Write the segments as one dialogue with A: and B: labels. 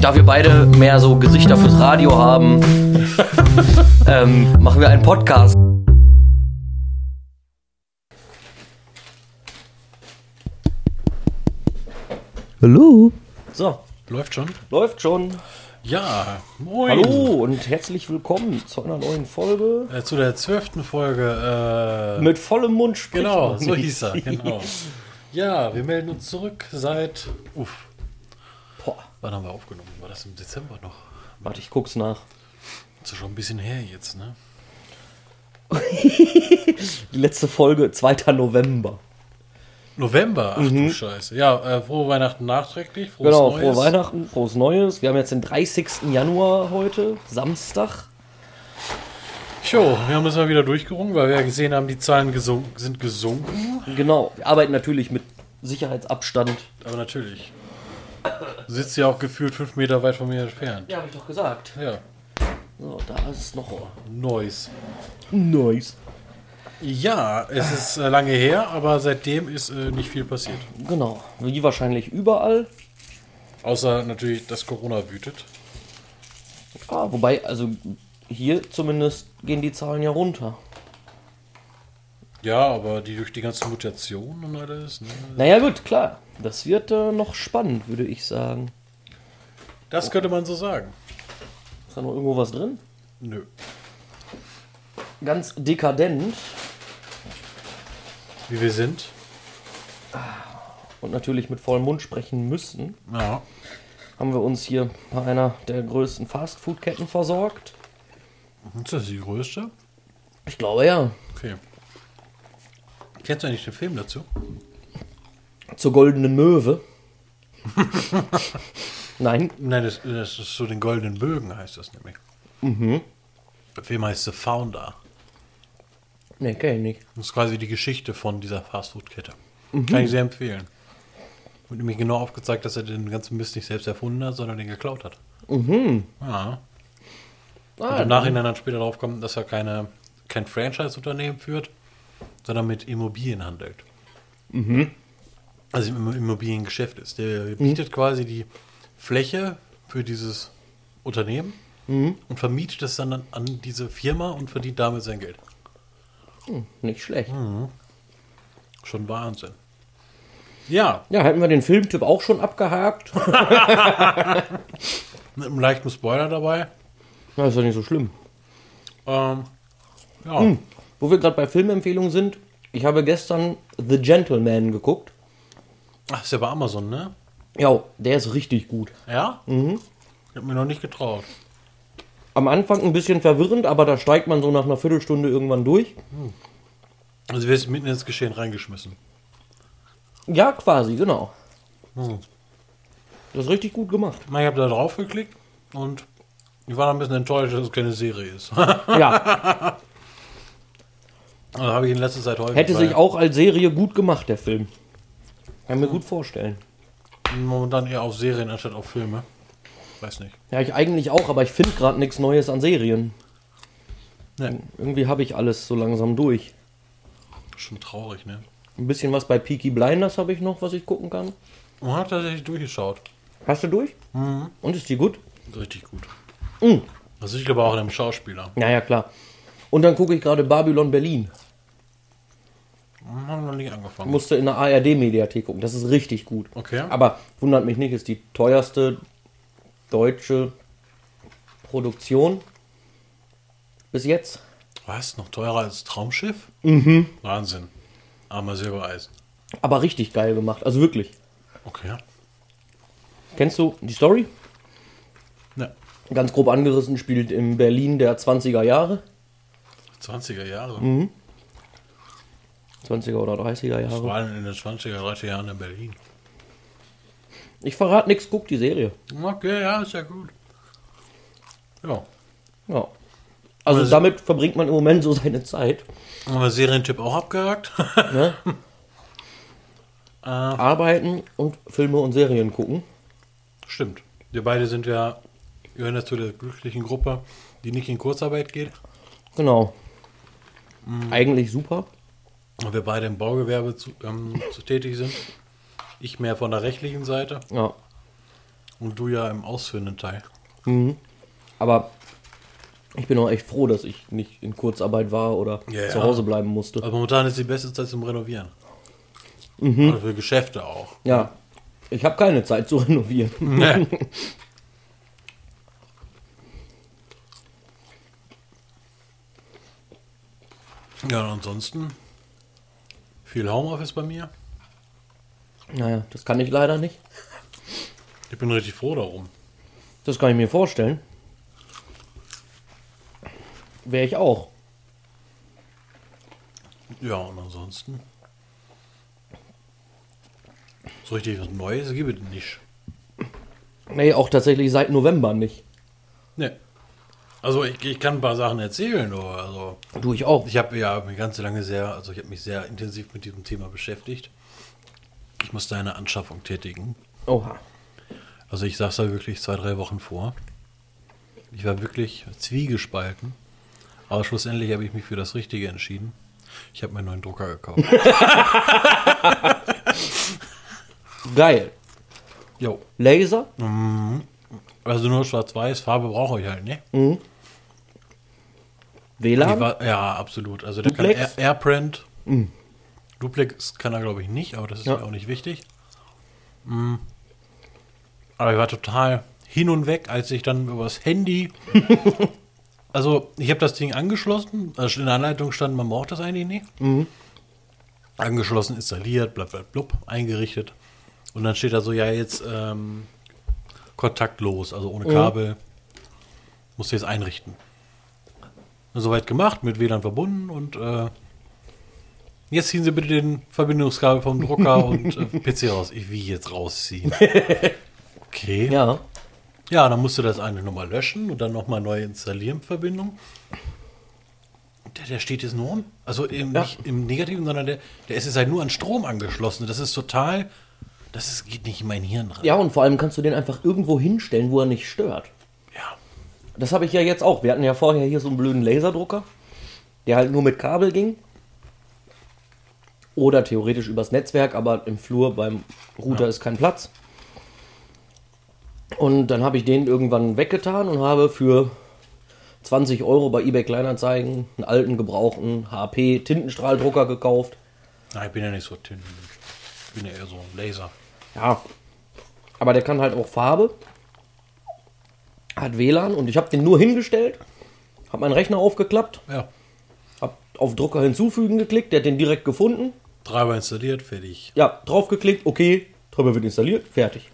A: Da wir beide mehr so Gesichter fürs Radio haben, ähm, machen wir einen Podcast.
B: Hallo.
A: So,
C: Läuft schon.
A: läuft schon.
C: Ja, moin.
A: Hallo und herzlich willkommen zu einer neuen Folge.
C: Äh, zu der zwölften Folge. Äh,
A: Mit vollem Mund spricht
C: genau,
A: man
C: so
A: nicht.
C: hieß er. Genau. Ja, wir melden uns zurück seit. Uff,
A: Boah,
C: wann haben wir aufgenommen? War das im Dezember noch?
A: warte, ich guck's nach.
C: Ist ja schon ein bisschen her jetzt, ne?
A: Die letzte Folge, 2. November.
C: November, ach du Scheiße. Ja, äh, frohe Weihnachten nachträglich. Frohes
A: Mhm. genau,
C: Neues.
A: frohe Weihnachten, frohes Neues. Wir haben jetzt den 30. Januar heute, Samstag.
C: Jo, wir haben das mal wieder durchgerungen, weil wir ja gesehen haben, die Zahlen gesunken, sind gesunken.
A: Genau, wir arbeiten natürlich mit Sicherheitsabstand.
C: Aber natürlich. Du sitzt ja auch gefühlt fünf Meter weit von mir entfernt.
A: Ja, habe ich doch gesagt.
C: Ja,
A: So, da ist noch
C: Neues.
A: Nice.
C: Ja, es ist äh, lange her, aber seitdem ist äh, nicht viel passiert.
A: Genau, wie wahrscheinlich überall.
C: Außer natürlich, dass Corona wütet.
A: Ah, wobei, also hier zumindest gehen die Zahlen ja runter.
C: Ja, aber die durch die ganzen Mutationen und alles. Ne?
A: Naja, gut, klar. Das wird äh, noch spannend, würde ich sagen.
C: Das könnte man so sagen.
A: Ist da noch irgendwo was drin?
C: Nö.
A: Ganz dekadent
C: Wie wir sind.
A: und natürlich mit vollem Mund sprechen müssen,
C: Ja.
A: haben wir uns hier bei einer der größten Fastfood-Ketten versorgt.
C: Hm, Ist das die größte?
A: Ich glaube ja.
C: Okay. Kennst du eigentlich den Film dazu?
A: Zur goldenen Möwe. Nein,
C: Nein, das, das ist so den goldenen Bögen, heißt das nämlich. Mhm. Der Film heißt The Founder.
A: nee, kenn ich nicht.
C: Das ist quasi die Geschichte von dieser Fastfood-Kette. Kann ich sehr empfehlen. Wird nämlich genau aufgezeigt, dass er den ganzen Mist nicht selbst erfunden hat, sondern den geklaut hat. Mhm. Ja. Und
A: Ah,
C: im Nachhinein dann später darauf kommt, dass er keine, kein Franchise-Unternehmen führt, sondern mit Immobilien handelt. Also im Immobiliengeschäft ist. Der bietet quasi die Fläche für dieses Unternehmen und vermietet es dann an- an diese Firma und verdient damit sein Geld.
A: nicht schlecht.
C: Schon Wahnsinn. Ja,
A: Ja, hätten wir den Filmtyp auch schon abgehakt.
C: mit einem leichten Spoiler dabei.
A: Na, ist ja nicht so schlimm.
C: Ähm, ja,
A: Wo wir gerade bei Filmempfehlungen sind, ich habe gestern The Gentleman geguckt.
C: Ach, ist ja bei Amazon, ne?
A: Ja, der ist richtig gut.
C: Ja?
A: Mhm.
C: Ich hab mir noch nicht getraut.
A: Am Anfang ein bisschen verwirrend, aber da steigt man so nach einer Viertelstunde irgendwann durch.
C: Also wirst mitten ins Geschehen reingeschmissen.
A: Ja, quasi, genau.
C: Hm.
A: Das ist richtig gut gemacht.
C: Ich habe da drauf geklickt und ich war dann ein bisschen enttäuscht, dass es keine Serie ist.
A: Ja,
C: Also habe ich in letzter Zeit häufig.
A: hätte
C: weil
A: sich auch als Serie gut gemacht, der Film. Kann mir gut vorstellen.
C: Momentan eher auf Serien anstatt auf Filme. Weiß nicht.
A: Ja, ich eigentlich auch, aber ich finde gerade nichts Neues an Serien.
C: Ne,
A: Irgendwie habe ich alles so langsam durch.
C: schon traurig, ne?
A: Ein bisschen was bei Peaky Blinders habe ich noch, was ich gucken kann.
C: Man hat tatsächlich durchgeschaut.
A: Hast du durch? Und ist die gut?
C: Richtig gut.
A: Mhm.
C: Das liegt aber auch an dem Schauspieler.
A: Ja, ja, klar. Und dann gucke ich gerade Babylon Berlin.
C: Hm, Haben noch nicht angefangen.
A: Musste in der ARD-Mediathek gucken. Das ist richtig gut.
C: Okay.
A: Aber wundert mich nicht, ist die teuerste deutsche Produktion bis jetzt.
C: Was? Noch teurer als Traumschiff? Wahnsinn. Armer Silbereis.
A: Aber richtig geil gemacht. Also wirklich.
C: Okay.
A: Kennst du die Story?
C: Ne.
A: Ganz grob angerissen, spielt im Berlin der 20er Jahre.
C: 20er Jahre.
A: 20er oder 30er
C: Das
A: Jahre.
C: war in den 20er, 30er Jahren in Berlin.
A: Ich verrate nichts, guck die Serie.
C: Okay, ja, ist ja gut. Ja.
A: Ja. Also
C: Also-
A: damit verbringt man im Moment so seine Zeit.
C: Haben wir Serientipp auch abgehakt?
A: Ne? Arbeiten und Filme und Serien gucken.
C: Stimmt. Wir beide sind ja, gehören ja zu der glücklichen Gruppe, die nicht in Kurzarbeit geht.
A: Genau.
C: Mhm.
A: Eigentlich super.
C: Und wir beide im Baugewerbe zu, ähm, zu tätig sind. Ich mehr von der rechtlichen Seite
A: Ja.
C: Und du ja im ausführenden Teil.
A: Aber ich bin auch echt froh, dass ich nicht in Kurzarbeit war oder
C: Ja,
A: zu
C: ja.
A: Hause bleiben musste.
C: Also momentan ist die beste Zeit zum Renovieren. Also für Geschäfte auch.
A: Ja, ich habe keine Zeit zu renovieren.
C: Ne. ja, und ansonsten viel Homeoffice bei mir.
A: Naja, das kann ich leider nicht.
C: Ich bin richtig froh darum.
A: Das kann ich mir vorstellen. Wäre ich auch.
C: Ja, und ansonsten so richtig was Neues gibt es nicht.
A: Nee, auch tatsächlich seit November nicht.
C: Ne. Also ich, ich kann ein paar Sachen erzählen, nur also
A: Du, ich auch.
C: Ich habe ja mich ganz lange sehr, also ich habe mich sehr intensiv mit diesem Thema beschäftigt. Ich musste eine Anschaffung tätigen.
A: Oha.
C: Also ich saß da wirklich zwei, drei Wochen vor. Ich war wirklich zwiegespalten. Aber schlussendlich habe ich mich für das Richtige entschieden. Ich habe mir einen neuen Drucker gekauft.
A: Geil.
C: jo.
A: Laser?
C: Also nur schwarz-weiß, Farbe brauche ich halt, ne? Die
A: WLAN?
C: war, ja, absolut. Also der kann
A: Duplex? Hm.
C: Air, Airprint. Duplex kann er, glaube ich, nicht, aber das ist
A: Ja.
C: mir auch nicht wichtig. Mm. Aber ich war total hin und weg, als ich dann übers Handy. also, ich habe das Ding angeschlossen. Also in der Anleitung stand, man braucht das eigentlich nicht.
A: Mhm.
C: Angeschlossen, installiert, blub, blub, blub, eingerichtet. Und dann steht da so, ja, jetzt ähm, kontaktlos, also
A: Mhm.
C: ohne Kabel. Musst du jetzt einrichten soweit gemacht, mit WLAN verbunden und äh, jetzt ziehen Sie bitte den Verbindungskabel vom Drucker und äh, PC raus. Ich wie jetzt rausziehen. Okay. Ja.
A: Ja.
C: dann musst du das eine nochmal löschen und dann nochmal neu installieren, Verbindung. Der, der steht jetzt nur um. Also im,
A: Ja.
C: nicht im Negativen, sondern der, der ist jetzt halt nur an Strom angeschlossen. Das ist total. Das ist, geht nicht in mein Hirn rein.
A: Ja, und vor allem kannst du den einfach irgendwo hinstellen, wo er nicht stört.
C: ja.
A: Das habe ich ja jetzt auch. Wir hatten ja vorher hier so einen blöden Laserdrucker, der halt nur mit Kabel ging. Oder theoretisch übers Netzwerk, aber im Flur beim Router ist kein Platz. Und dann habe ich den irgendwann weggetan und habe für 20 Euro bei eBay Kleinanzeigen einen alten, gebrauchten HP Tintenstrahldrucker gekauft.
C: Nein, ich bin ja nicht so Tinten. Ich bin ja eher so ein Laser.
A: Ja. Aber der kann halt auch Farbe. Hat WLAN und ich habe den nur hingestellt, habe meinen Rechner aufgeklappt,
C: Ja.
A: habe auf Drucker hinzufügen geklickt, der hat den direkt gefunden.
C: Treiber installiert, fertig.
A: Ja, draufgeklickt, okay, Treiber wird installiert, fertig.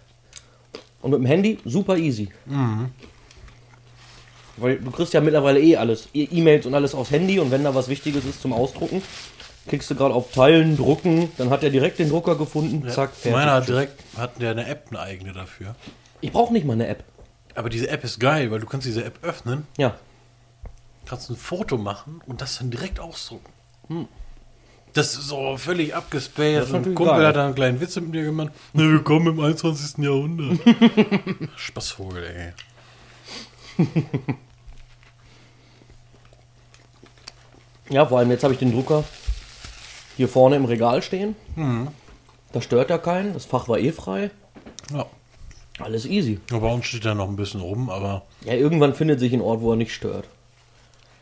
A: Und mit dem Handy super easy.
C: Mhm.
A: Weil du kriegst ja mittlerweile eh alles, E- E-Mails und alles aufs Handy und wenn da was Wichtiges ist zum Ausdrucken, klickst du gerade auf Teilen, Drucken, dann hat er direkt den Drucker gefunden, zack, fertig.
C: Meiner hat direkt, hat ja eine App eine eigene dafür.
A: ich brauche nicht mal eine App.
C: Aber diese App ist geil, weil du kannst diese App öffnen,
A: Ja,
C: kannst ein Foto machen und das dann direkt ausdrucken. Das ist so völlig abgespaced.
A: Hm. ist
C: Ein
A: natürlich
C: Kumpel
A: geil.
C: hat da einen kleinen Witz mit mir gemacht. Na, willkommen im 21. Jahrhundert. Spaßvogel, ey.
A: Ja, vor allem jetzt habe ich den Drucker hier vorne im Regal stehen.
C: Mhm.
A: Da stört er keinen. Das Fach war eh frei.
C: Ja.
A: Alles easy.
C: Ja, Bei uns steht er noch ein bisschen rum, aber
A: Ja, irgendwann findet sich ein Ort, wo er nicht stört.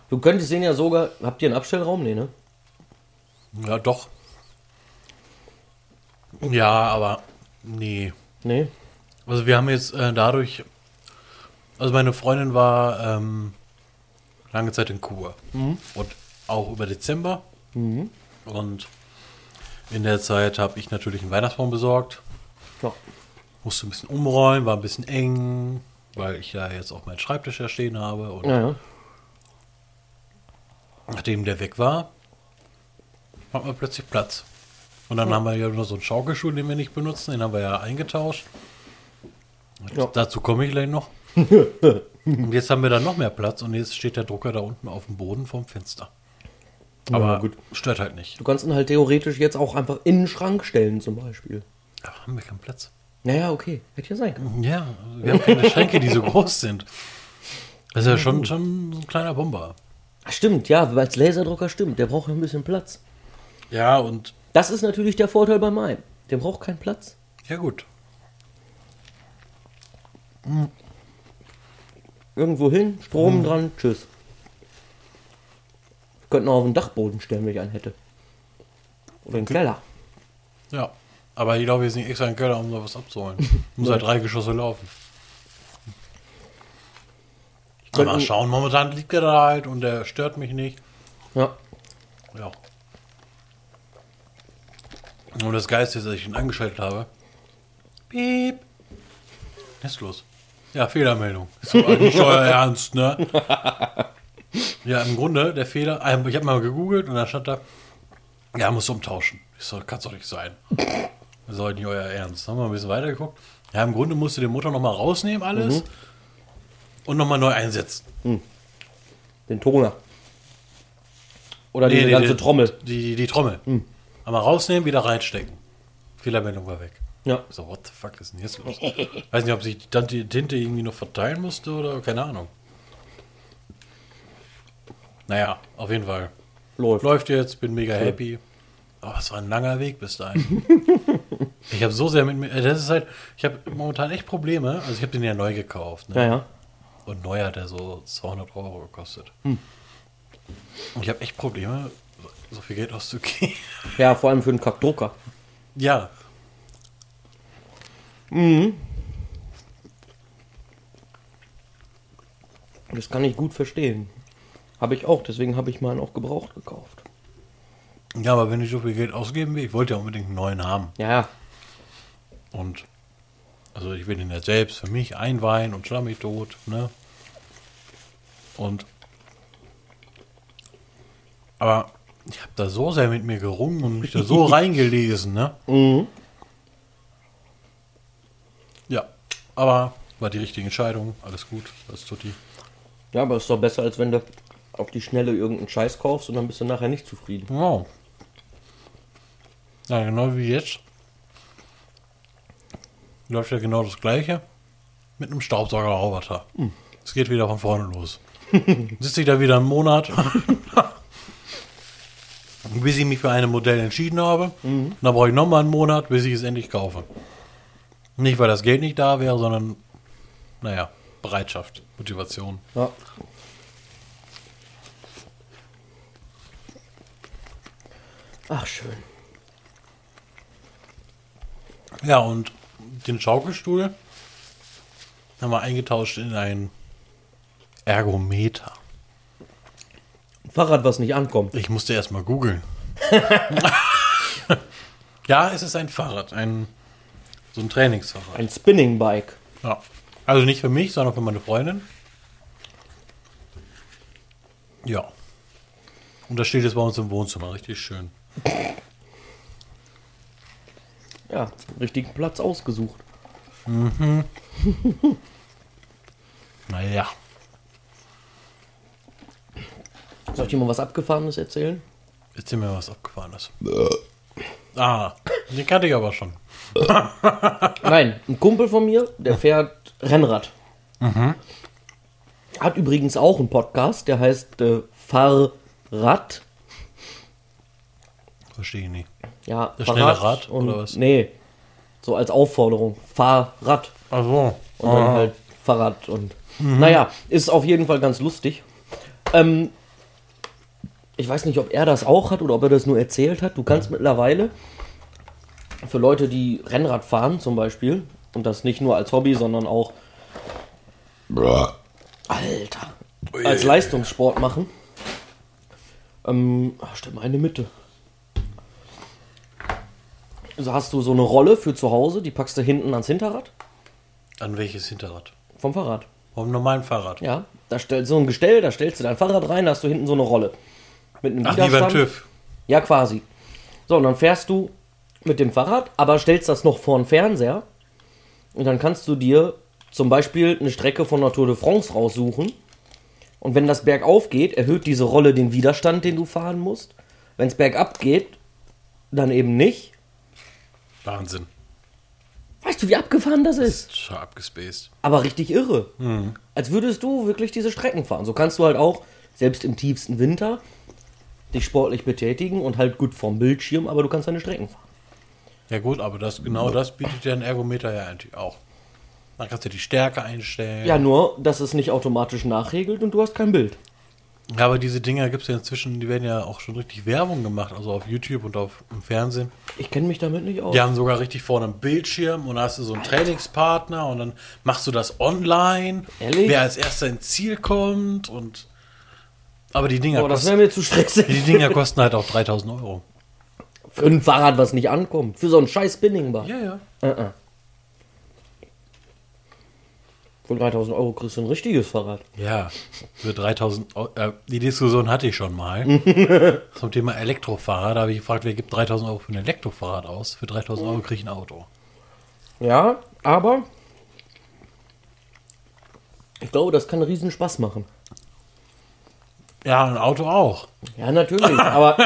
A: Du könntest den ja sogar. Habt ihr einen Abstellraum? Nee, ne?
C: ja, doch. Ja, aber nee.
A: Nee.
C: Also wir haben jetzt äh, dadurch, also meine Freundin war ähm, lange Zeit in Kur und auch über Dezember. Und in der Zeit habe ich natürlich einen Weihnachtsbaum besorgt,
A: Ja.
C: musste ein bisschen umräumen, war ein bisschen eng, weil ich ja jetzt auch meinen Schreibtisch ja stehen habe. Und
A: Naja.
C: nachdem der weg war, hat man plötzlich Platz. Und dann haben wir ja nur so einen Schaukelstuhl, den wir nicht benutzen, den haben wir ja eingetauscht.
A: Ja.
C: Dazu komme ich gleich noch. und jetzt haben wir da noch mehr Platz und jetzt steht der Drucker da unten auf dem Boden vorm Fenster. Aber gut. stört halt nicht.
A: Du kannst ihn halt theoretisch jetzt auch einfach in den Schrank stellen, zum Beispiel.
C: Aber haben wir keinen Platz.
A: Naja, okay. Hätte ja sein können.
C: Ja, wir haben keine Schränke, die so groß sind. Das ist ja schon, schon so ein kleiner Bomber.
A: Ach, stimmt, ja, weil als Laserdrucker stimmt. Der braucht ja ein bisschen Platz.
C: Ja, und
A: Das ist natürlich der Vorteil bei meinem. Der braucht keinen Platz.
C: ja gut.
A: Irgendwo hin,
C: Mhm.
A: Strom dran, tschüss. Wir könnten auch auf den Dachboden stellen, wenn ich einen hätte. Oder im Keller.
C: Ja. Aber ich glaube, wir sind nicht extra in den Keller, um da was abzuholen. Muss halt drei Geschosse laufen.
A: könnte-
C: Mal schauen, momentan liegt er da halt und der stört mich nicht.
A: Ja.
C: Ja. Und das Geilste ist, dass ich ihn angeschaltet habe. Piep. Ist los. Ja, Fehlermeldung. Ist doch eigentlich euer Ernst, ne? Ja, im Grunde, der Fehler. ah, Ich habe mal gegoogelt und dann stand da, ja, muss umtauschen. Ich so, kann's doch nicht sein. Das ist doch nicht euer Ernst. Haben wir ein bisschen weitergeguckt. Ja, im Grunde musst du den Motor nochmal rausnehmen, alles. Und nochmal neu einsetzen.
A: Den Toner. Oder
C: Nee,
A: diese
C: nee,
A: ganze
C: die-
A: Trommel. Hm.
C: Die, die, die Trommel. Einmal rausnehmen, wieder reinstecken. Fehlermeldung war weg.
A: Ja.
C: Ich So, what the fuck ist denn jetzt los? Weiß nicht, ob sich die Tante- die Tinte irgendwie noch verteilen musste oder keine Ahnung. Naja, auf jeden Fall.
A: Läuft.
C: Läuft jetzt, bin mega happy. Aber es war ein langer Weg bis dahin. ich habe so sehr mit mir. Das ist halt, ich habe momentan echt Probleme. Also ich habe den ja neu gekauft. Ne?
A: Ja, ja.
C: Und neu hat er so 200 Euro gekostet. Und ich habe echt Probleme, so viel Geld auszugeben.
A: Ja, vor allem für einen Kackdrucker.
C: ja.
A: Das kann ich gut verstehen. Habe ich auch, deswegen habe ich meinen auch gebraucht gekauft.
C: Ja, aber wenn ich so viel Geld ausgeben will, ich wollte ja unbedingt einen neuen haben.
A: Ja, ja.
C: Und also ich will den ja selbst für mich einweihen und schlamm mich tot, ne? Und aber ich habe da so sehr mit mir gerungen und mich da so reingelesen, ne? Ja, aber war die richtige Entscheidung, alles gut, alles tutti.
A: Ja, aber ist doch besser, als wenn du auf die Schnelle irgendeinen Scheiß kaufst und dann bist du nachher nicht zufrieden.
C: Wow. Ja, genau wie jetzt. Läuft ja genau das gleiche. Mit einem Staubsaugerroboter. Es geht wieder von vorne los. Sitze ich da wieder einen Monat. bis ich mich für ein Modell entschieden habe. Dann brauche ich nochmal einen Monat, bis ich es endlich kaufe. Nicht, weil das Geld nicht da wäre, sondern, naja, Bereitschaft, Motivation.
A: Ja. Ach, schön.
C: Ja, und den Schaukelstuhl haben wir eingetauscht in einen Ergometer.
A: Ein Fahrrad, was nicht ankommt.
C: Ich musste erst mal googeln. ja, es ist ein Fahrrad, ein so ein Trainingsfahrrad.
A: Ein Spinning Bike.
C: Ja. Also nicht für mich, sondern für meine Freundin. Ja. Und das steht jetzt bei uns im Wohnzimmer, richtig schön.
A: Ja, richtigen Platz ausgesucht.
C: Naja.
A: Soll ich dir mal was Abgefahrenes erzählen?
C: Erzähl mir was Abgefahrenes. ah, den kannte ich aber schon.
A: Nein, ein Kumpel von mir, der fährt Rennrad.
C: Mhm.
A: Hat übrigens auch einen Podcast, der heißt äh, Fahrrad.
C: Verstehe ich nicht.
A: Ja,
C: Das schnelle Rad,
A: und,
C: oder was?
A: Nee, so als Aufforderung. Fahrrad.
C: Ach so.
A: Und dann halt Fahrrad und. Naja, ist auf jeden Fall ganz lustig. Ähm, ich weiß nicht, ob er das auch hat oder ob er das nur erzählt hat. Du kannst mittlerweile für Leute, die Rennrad fahren zum Beispiel, und das nicht nur als Hobby, sondern auch Alter, als Leistungssport machen. Ähm, ah, stell mal eine Mitte. So Also hast du so eine Rolle für zu Hause, die packst du hinten ans Hinterrad
C: An welches Hinterrad?
A: vom Fahrrad.
C: Vom normalen Fahrrad.
A: Ja, da stellst so ein Gestell, da stellst du dein Fahrrad rein, da hast du hinten so eine Rolle. Mit einem
C: Ach, wie
A: Widerstand.
C: beim TÜV.
A: Ja, quasi. So, und dann fährst du mit dem Fahrrad, aber stellst das noch vor den Fernseher. Und dann kannst du dir zum Beispiel eine Strecke von der Tour de France raussuchen. Und wenn das bergauf geht, erhöht diese Rolle den Widerstand, den du fahren musst. Wenn es bergab geht, dann eben nicht.
C: Wahnsinn.
A: Weißt du, wie abgefahren das ist?
C: Ist schon abgespaced.
A: aber richtig irre. Als würdest du wirklich diese Strecken fahren. So kannst du halt auch, selbst im tiefsten Winter, dich sportlich betätigen und halt gut vom Bildschirm, aber du kannst deine Strecken fahren. Mhm.
C: Ja gut, aber das genau das bietet ja ein Ergometer ja eigentlich auch. Dann kannst du die Stärke einstellen.
A: Ja, nur, dass es nicht automatisch nachregelt und du hast kein Bild.
C: Ja, aber diese Dinger gibt es ja inzwischen, die werden ja auch schon richtig Werbung gemacht, also auf YouTube und auf im Fernsehen.
A: Ich kenne mich damit nicht aus.
C: Die haben sogar richtig vorne einen Bildschirm und da hast du so einen Trainingspartner und dann machst du das online.
A: Ehrlich?
C: Wer als erster ins Ziel kommt und. Aber die Dinger,
A: Aber das
C: kosten,
A: wäre mir zu stressig.
C: die Dinger kosten halt auch 3000 Euro.
A: Für ein Fahrrad, was nicht ankommt. Für so ein scheiß Äh, Spinningbad.
C: Ja, ja.
A: Für 3000 Euro kriegst du ein richtiges Fahrrad.
C: Ja, für 3000 Euro. Äh, die Diskussion hatte ich schon mal. Zum Thema Elektrofahrrad. Da habe ich gefragt, wer gibt 3000 Euro für ein Elektrofahrrad aus? Für 3000 Euro kriege ich ein Auto.
A: Ja, aber ich glaube, das kann riesen Spaß machen.
C: Ja, ein Auto auch.
A: Ja, natürlich, aber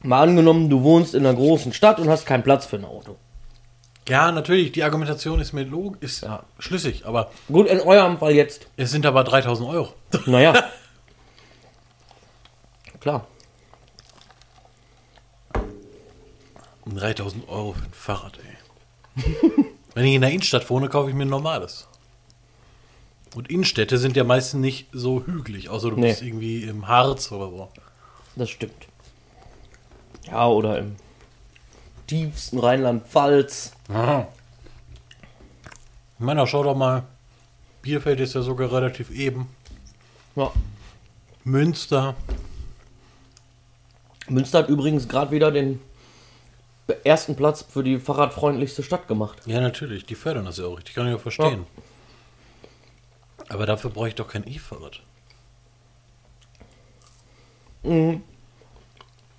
A: mal angenommen, du wohnst in einer großen Stadt und hast keinen Platz für ein Auto.
C: Ja, natürlich. Die Argumentation ist mir log ist schlüssig. Aber
A: Gut, in eurem Fall jetzt.
C: es sind aber 3000 Euro.
A: Naja. Klar.
C: Und 3000 Euro für ein Fahrrad, ey. Wenn ich in der Innenstadt wohne, kaufe ich mir ein normales. Und Innenstädte sind ja meistens nicht so hügelig, außer du
A: Nee.
C: bist irgendwie im Harz oder so.
A: Das stimmt. Ja, oder im tiefsten Rheinland-Pfalz.
C: Ich meine, schau doch mal. Bierfeld ist ja sogar relativ eben.
A: Ja.
C: Münster.
A: Münster hat übrigens gerade wieder den ersten Platz für die fahrradfreundlichste Stadt gemacht.
C: Ja, natürlich. Die fördern das ja auch richtig. Kann ich ja verstehen. Aber dafür brauche ich doch kein E-Fahrrad.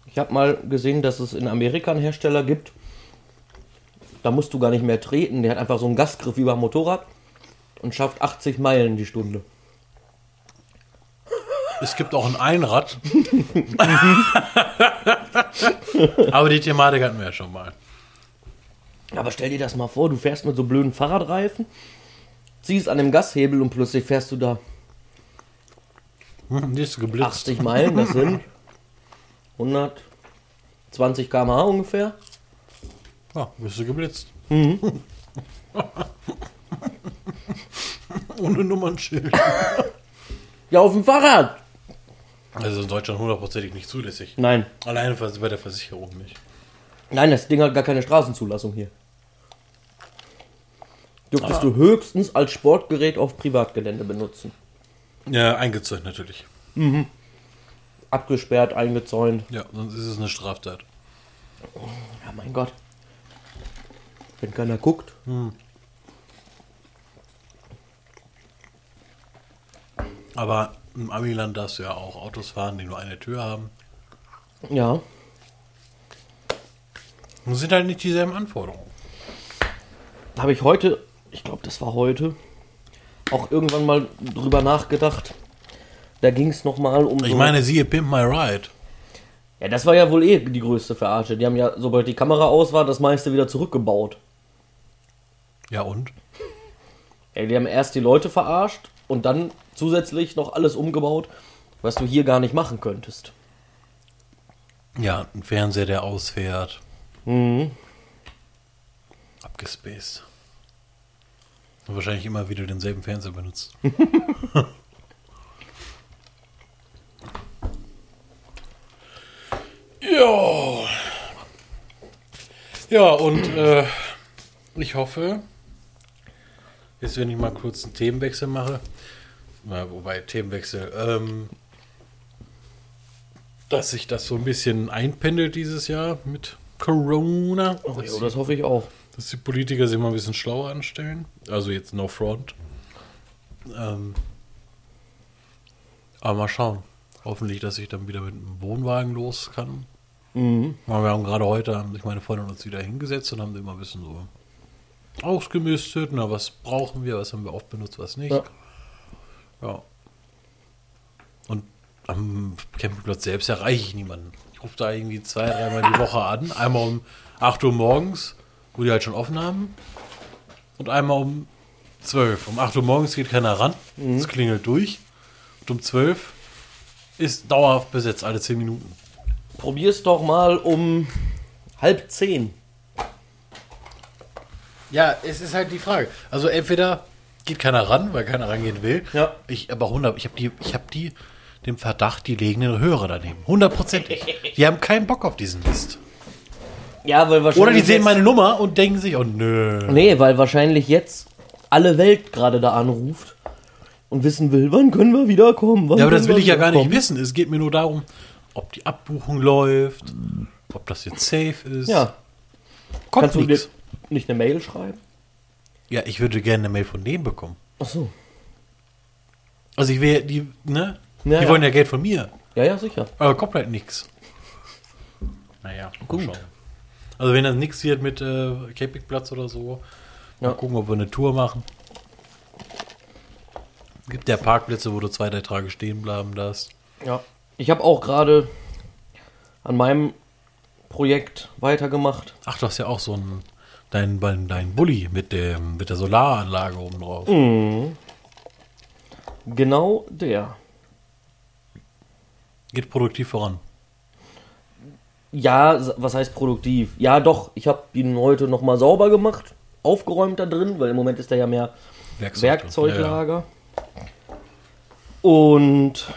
A: Ich habe mal gesehen, dass es in Amerika einen Hersteller gibt. Da musst du gar nicht mehr treten. Der hat einfach so einen Gasgriff wie beim Motorrad und schafft 80 Meilen die Stunde.
C: Es gibt auch ein Einrad. Aber die Thematik hatten wir ja schon mal.
A: Aber stell dir das mal vor, du fährst mit so blöden Fahrradreifen, ziehst an dem Gashebel und plötzlich fährst du da
C: Hm, die ist geblitzt.
A: 80 Meilen. Das sind 120 km/h ungefähr.
C: Ja, bist du geblitzt. Ohne Nummernschild.
A: Ja, auf dem Fahrrad!
C: Also in Deutschland hundertprozentig nicht zulässig.
A: Nein,
C: Alleine vers- bei der Versicherung nicht.
A: Nein, das Ding hat gar keine Straßenzulassung hier. Dürftest du höchstens als Sportgerät auf Privatgelände benutzen.
C: Ja, eingezäunt natürlich.
A: Abgesperrt, eingezäunt.
C: Ja, sonst ist es eine Straftat.
A: Ja, mein Gott. Wenn keiner guckt.
C: Aber im Amiland darfst du ja auch Autos fahren, die nur eine Tür haben.
A: Ja.
C: Und es sind halt nicht dieselben Anforderungen.
A: Da habe ich heute, ich glaube, das war heute, auch irgendwann mal drüber nachgedacht. Da ging es nochmal um.
C: Ich
A: so-
C: meine, siehe Pimp My Ride.
A: Ja, das war ja wohl eh die größte Verarsche. Die haben ja, sobald die Kamera aus war, das meiste wieder zurückgebaut.
C: Ja und?
A: Ey, die haben erst die Leute verarscht und dann zusätzlich noch alles umgebaut, was du hier gar nicht machen könntest.
C: Ja, ein Fernseher, der ausfährt. Abgespaced. Und wahrscheinlich immer wieder denselben Fernseher benutzt. ja. Ja, und äh, ich hoffe, jetzt wenn ich mal kurz einen Themenwechsel mache, na, wobei Themenwechsel, ähm, dass sich das so ein bisschen einpendelt dieses Jahr mit Corona.
A: Oh, ja, das hoffe ich auch.
C: dass die Politiker sich mal ein bisschen schlauer anstellen. Also jetzt no front. Ähm, aber mal schauen. Hoffentlich, dass ich dann wieder mit dem Wohnwagen los kann. Weil Wir haben gerade heute, haben sich meine Freunde und uns wieder hingesetzt und haben sie immer ein bisschen so ausgemistet. Na, was brauchen wir, was haben wir oft benutzt, was nicht.
A: Ja.
C: Ja. Und am Campingplatz selbst erreiche ich niemanden. Ich rufe da irgendwie zwei, dreimal die Woche an. Einmal um 8 Uhr morgens, wo die halt schon offen haben. Und einmal um 12. Um 8 Uhr morgens geht keiner ran. Es klingelt durch. Und um 12 ist dauerhaft besetzt, alle 10 Minuten.
A: Probier's doch mal um halb zehn.
C: Ja, es ist halt die Frage. Also entweder geht keiner ran, weil keiner rangehen will.
A: Ja.
C: Ich, aber 100, ich habe die, ich habe die, den Verdacht, die legen den Hörer daneben. Hundertprozentig. Die haben keinen Bock auf diesen Mist.
A: Ja, weil wahrscheinlich.
C: Oder die sehen
A: jetzt-
C: meine Nummer und denken sich, oh nö.
A: Nee, weil wahrscheinlich jetzt alle Welt gerade da anruft und wissen will, wann können wir wiederkommen? Wann
C: Ja, aber
A: können
C: das
A: wir
C: will ich ja gar nicht
A: wiederkommen?
C: wissen. Es geht mir nur darum, ob die Abbuchung läuft, ob das jetzt safe ist.
A: Ja,
C: kommt
A: kannst du dir
C: nichts.
A: nicht eine Mail schreiben?
C: Ja, ich würde gerne eine Mail von denen bekommen.
A: Ach so.
C: Also ich will, die, ne?
A: Ja,
C: die
A: ja.
C: wollen ja Geld von mir.
A: Ja, ja, sicher.
C: Aber kommt halt nichts. Naja,
A: Gut.
C: gut. Schauen. Also wenn dann nichts wird mit äh, Campingplatz oder so,
A: Ja.
C: mal gucken, ob wir eine Tour machen. Gibt ja Parkplätze, wo du zwei, drei Tage stehen bleiben darfst.
A: Ja. Ich habe auch gerade an meinem Projekt weitergemacht.
C: Ach, du hast ja auch so einen, dein, dein, dein Bulli mit, dem, mit der Solaranlage oben drauf.
A: Genau der.
C: Geht produktiv voran.
A: Ja, s- was heißt produktiv? Ja, doch, ich habe ihn heute nochmal sauber gemacht, aufgeräumt da drin, weil im Moment ist da ja mehr
C: Ja, ja.
A: Werkzeuglager. Und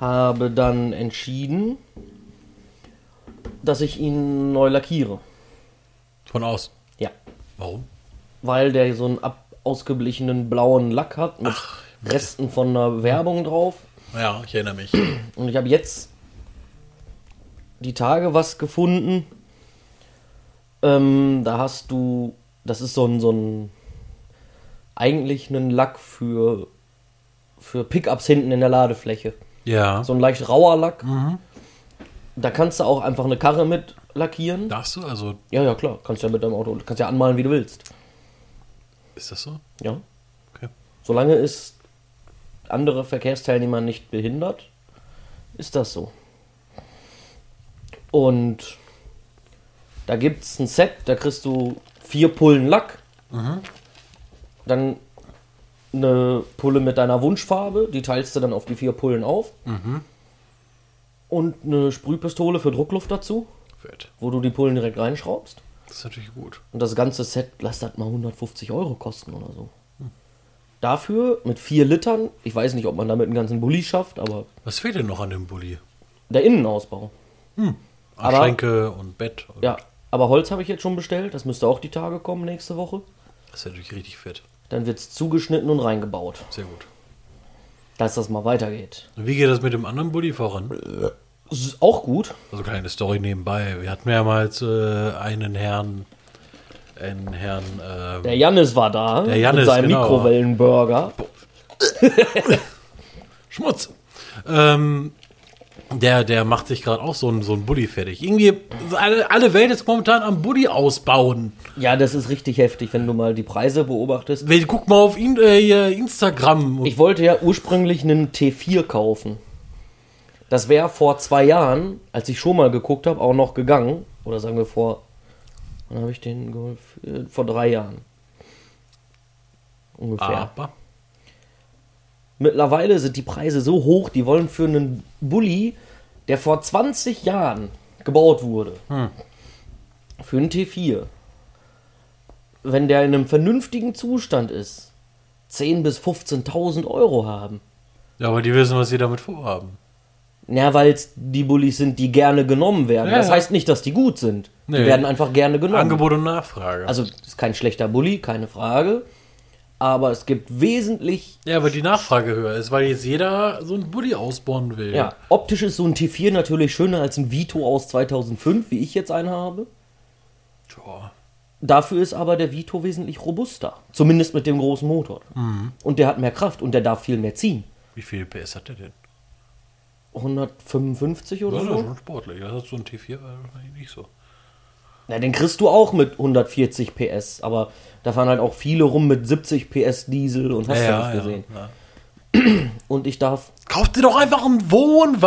A: habe dann entschieden, dass ich ihn neu lackiere.
C: Von aus.
A: Ja,
C: Warum?
A: weil der so einen ab ausgeblichenen blauen Lack hat mit Resten von einer Werbung drauf.
C: Ja, ich erinnere mich.
A: Und ich habe jetzt die Tage was gefunden. Ähm, da hast du, das ist so ein, so ein eigentlich ein Lack für, für Pickups hinten in der Ladefläche.
C: ja.
A: So ein leicht rauer Lack. Da kannst du auch einfach eine Karre mit lackieren.
C: Darfst du? Also,
A: Ja, ja, klar. Kannst ja mit deinem Auto, kannst ja anmalen, wie du willst.
C: ist das so?
A: Ja.
C: Okay.
A: Solange es andere Verkehrsteilnehmer nicht behindert, ist das so. Und da gibt es ein Set, da kriegst du vier Pullen Lack, dann eine Pulle mit deiner Wunschfarbe, die teilst du dann auf die vier Pullen auf und eine Sprühpistole für Druckluft dazu,
C: Fett.
A: wo du die Pullen direkt reinschraubst.
C: Das ist natürlich gut.
A: Und das ganze Set, lass das mal 150 Euro kosten oder so.
C: Hm.
A: Dafür mit 4 Litern, ich weiß nicht, ob man damit einen ganzen Bulli schafft, aber
C: Was fehlt denn noch an dem Bulli?
A: der Innenausbau.
C: An
A: Aber-
C: Schränke und Bett. Und
A: Ja, aber Holz habe ich jetzt schon bestellt, das müsste auch die Tage kommen nächste Woche.
C: Das ist natürlich richtig fett.
A: Dann wird es zugeschnitten und reingebaut,
C: Sehr gut.
A: dass das mal weitergeht.
C: Und wie geht das mit dem anderen Bulli voran?
A: Das ist auch gut.
C: Also kleine Story nebenbei. Wir hatten mehrmals äh, einen Herrn, einen Herrn, ähm,
A: Der Jannis war da
C: Der Jannis,
A: mit seinem
C: genau.
A: Mikrowellenburger.
C: Schmutz. Ähm, der, der macht sich gerade auch so einen so einen Bulli fertig. Irgendwie, alle, alle Welt ist momentan am Bulli ausbauen.
A: Ja, das ist richtig heftig, wenn du mal die Preise beobachtest.
C: Wenn- Guck mal auf in, äh, hier Instagram.
A: Ich wollte ja ursprünglich einen T4 kaufen. Das wäre vor zwei Jahren, als ich schon mal geguckt habe, auch noch gegangen. Oder sagen wir vor. Wann habe ich den geholt? Äh, Vor drei Jahren. Ungefähr.
C: aber
A: Mittlerweile sind die Preise so hoch, die wollen für einen Bulli, der vor 20 Jahren gebaut wurde, für einen T4, wenn der in einem vernünftigen Zustand ist, 10.000 bis 15.000 Euro haben.
C: Ja, aber die wissen, was sie damit vorhaben.
A: Ja, weil es die Bullis sind, die gerne genommen werden.
C: Ja,
A: das
C: ja.
A: heißt nicht, dass die gut sind. Die
C: Nee.
A: werden einfach gerne genommen.
C: Angebot und Nachfrage.
A: Also ist kein schlechter Bulli, keine Frage. Aber es gibt wesentlich.
C: ja, weil die Nachfrage höher ist, weil jetzt jeder so einen Bulli ausbauen will.
A: Ja, optisch ist so ein T4 natürlich schöner als ein Vito aus 2005, wie ich jetzt einen habe.
C: Tja.
A: Dafür ist aber der Vito wesentlich robuster. Zumindest mit dem großen Motor.
C: Mhm.
A: Und der hat mehr Kraft und der darf viel mehr ziehen.
C: Wie viel PS hat der denn?
A: 155 oder
C: Das ist ja
A: so?
C: schon sportlich. Das hat so ein T4 wahrscheinlich nicht so.
A: Na, den kriegst du auch mit 140 PS, aber da fahren halt auch viele rum mit 70 PS Diesel und hast ja, nicht gesehen.
C: ja.
A: Und ich darf,
C: Kauft dir doch einfach einen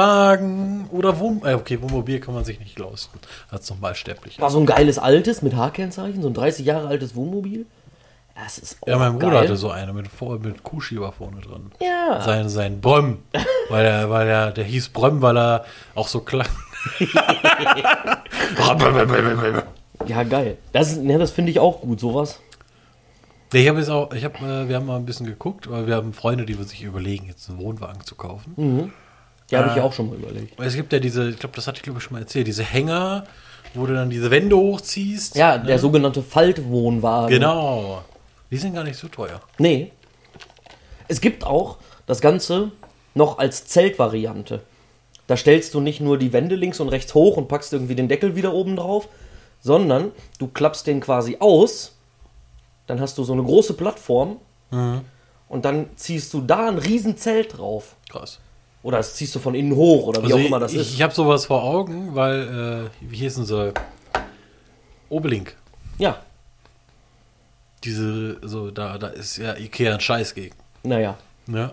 C: Wohnwagen oder Wohn äh, okay, Wohnmobil kann man sich nicht leisten. Als normal sterblich.
A: war so ein geiles altes mit H-Kennzeichen, so ein 30 Jahre altes Wohnmobil. Das ist auch
C: Ja, mein Bruder
A: geil.
C: hatte so eine mit, vor- mit Kuhschieber vorne dran.
A: Ja.
C: Sein, sein Bröm. weil er, weil er, der hieß Bröm, weil er auch so klang.
A: Ja, geil. Das, ist- ja, das finde ich auch gut, sowas.
C: Ja, Ich habe jetzt auch, ich habe, äh, wir haben mal ein bisschen geguckt, aber wir haben Freunde, die sich überlegen, jetzt einen Wohnwagen zu kaufen.
A: Hm. Die habe ich
C: Äh.
A: ja auch schon mal überlegt.
C: Es gibt ja diese, ich glaube, das hatte ich glaube ich schon mal erzählt, diese Hänger, wo du dann diese Wände hochziehst. Ne?
A: Ja, der sogenannte Faltwohnwagen.
C: Genau. Die sind gar nicht so teuer.
A: Nee. Es gibt auch das Ganze noch als Zeltvariante. Da stellst du nicht nur die Wände links und rechts hoch und packst irgendwie den Deckel wieder oben drauf, sondern du klappst den quasi aus. Dann hast du so eine große Plattform
C: Mhm.
A: und dann ziehst du da ein Riesenzelt drauf.
C: Krass.
A: Oder das ziehst du von innen hoch oder wie
C: Also
A: auch immer das
C: ich,
A: ist.
C: ich habe sowas vor Augen, weil, äh, wie hießen sie? Obelink.
A: Ja,
C: Diese, so, da, da ist ja Ikea ein Scheiß gegen.
A: naja.
C: Ja.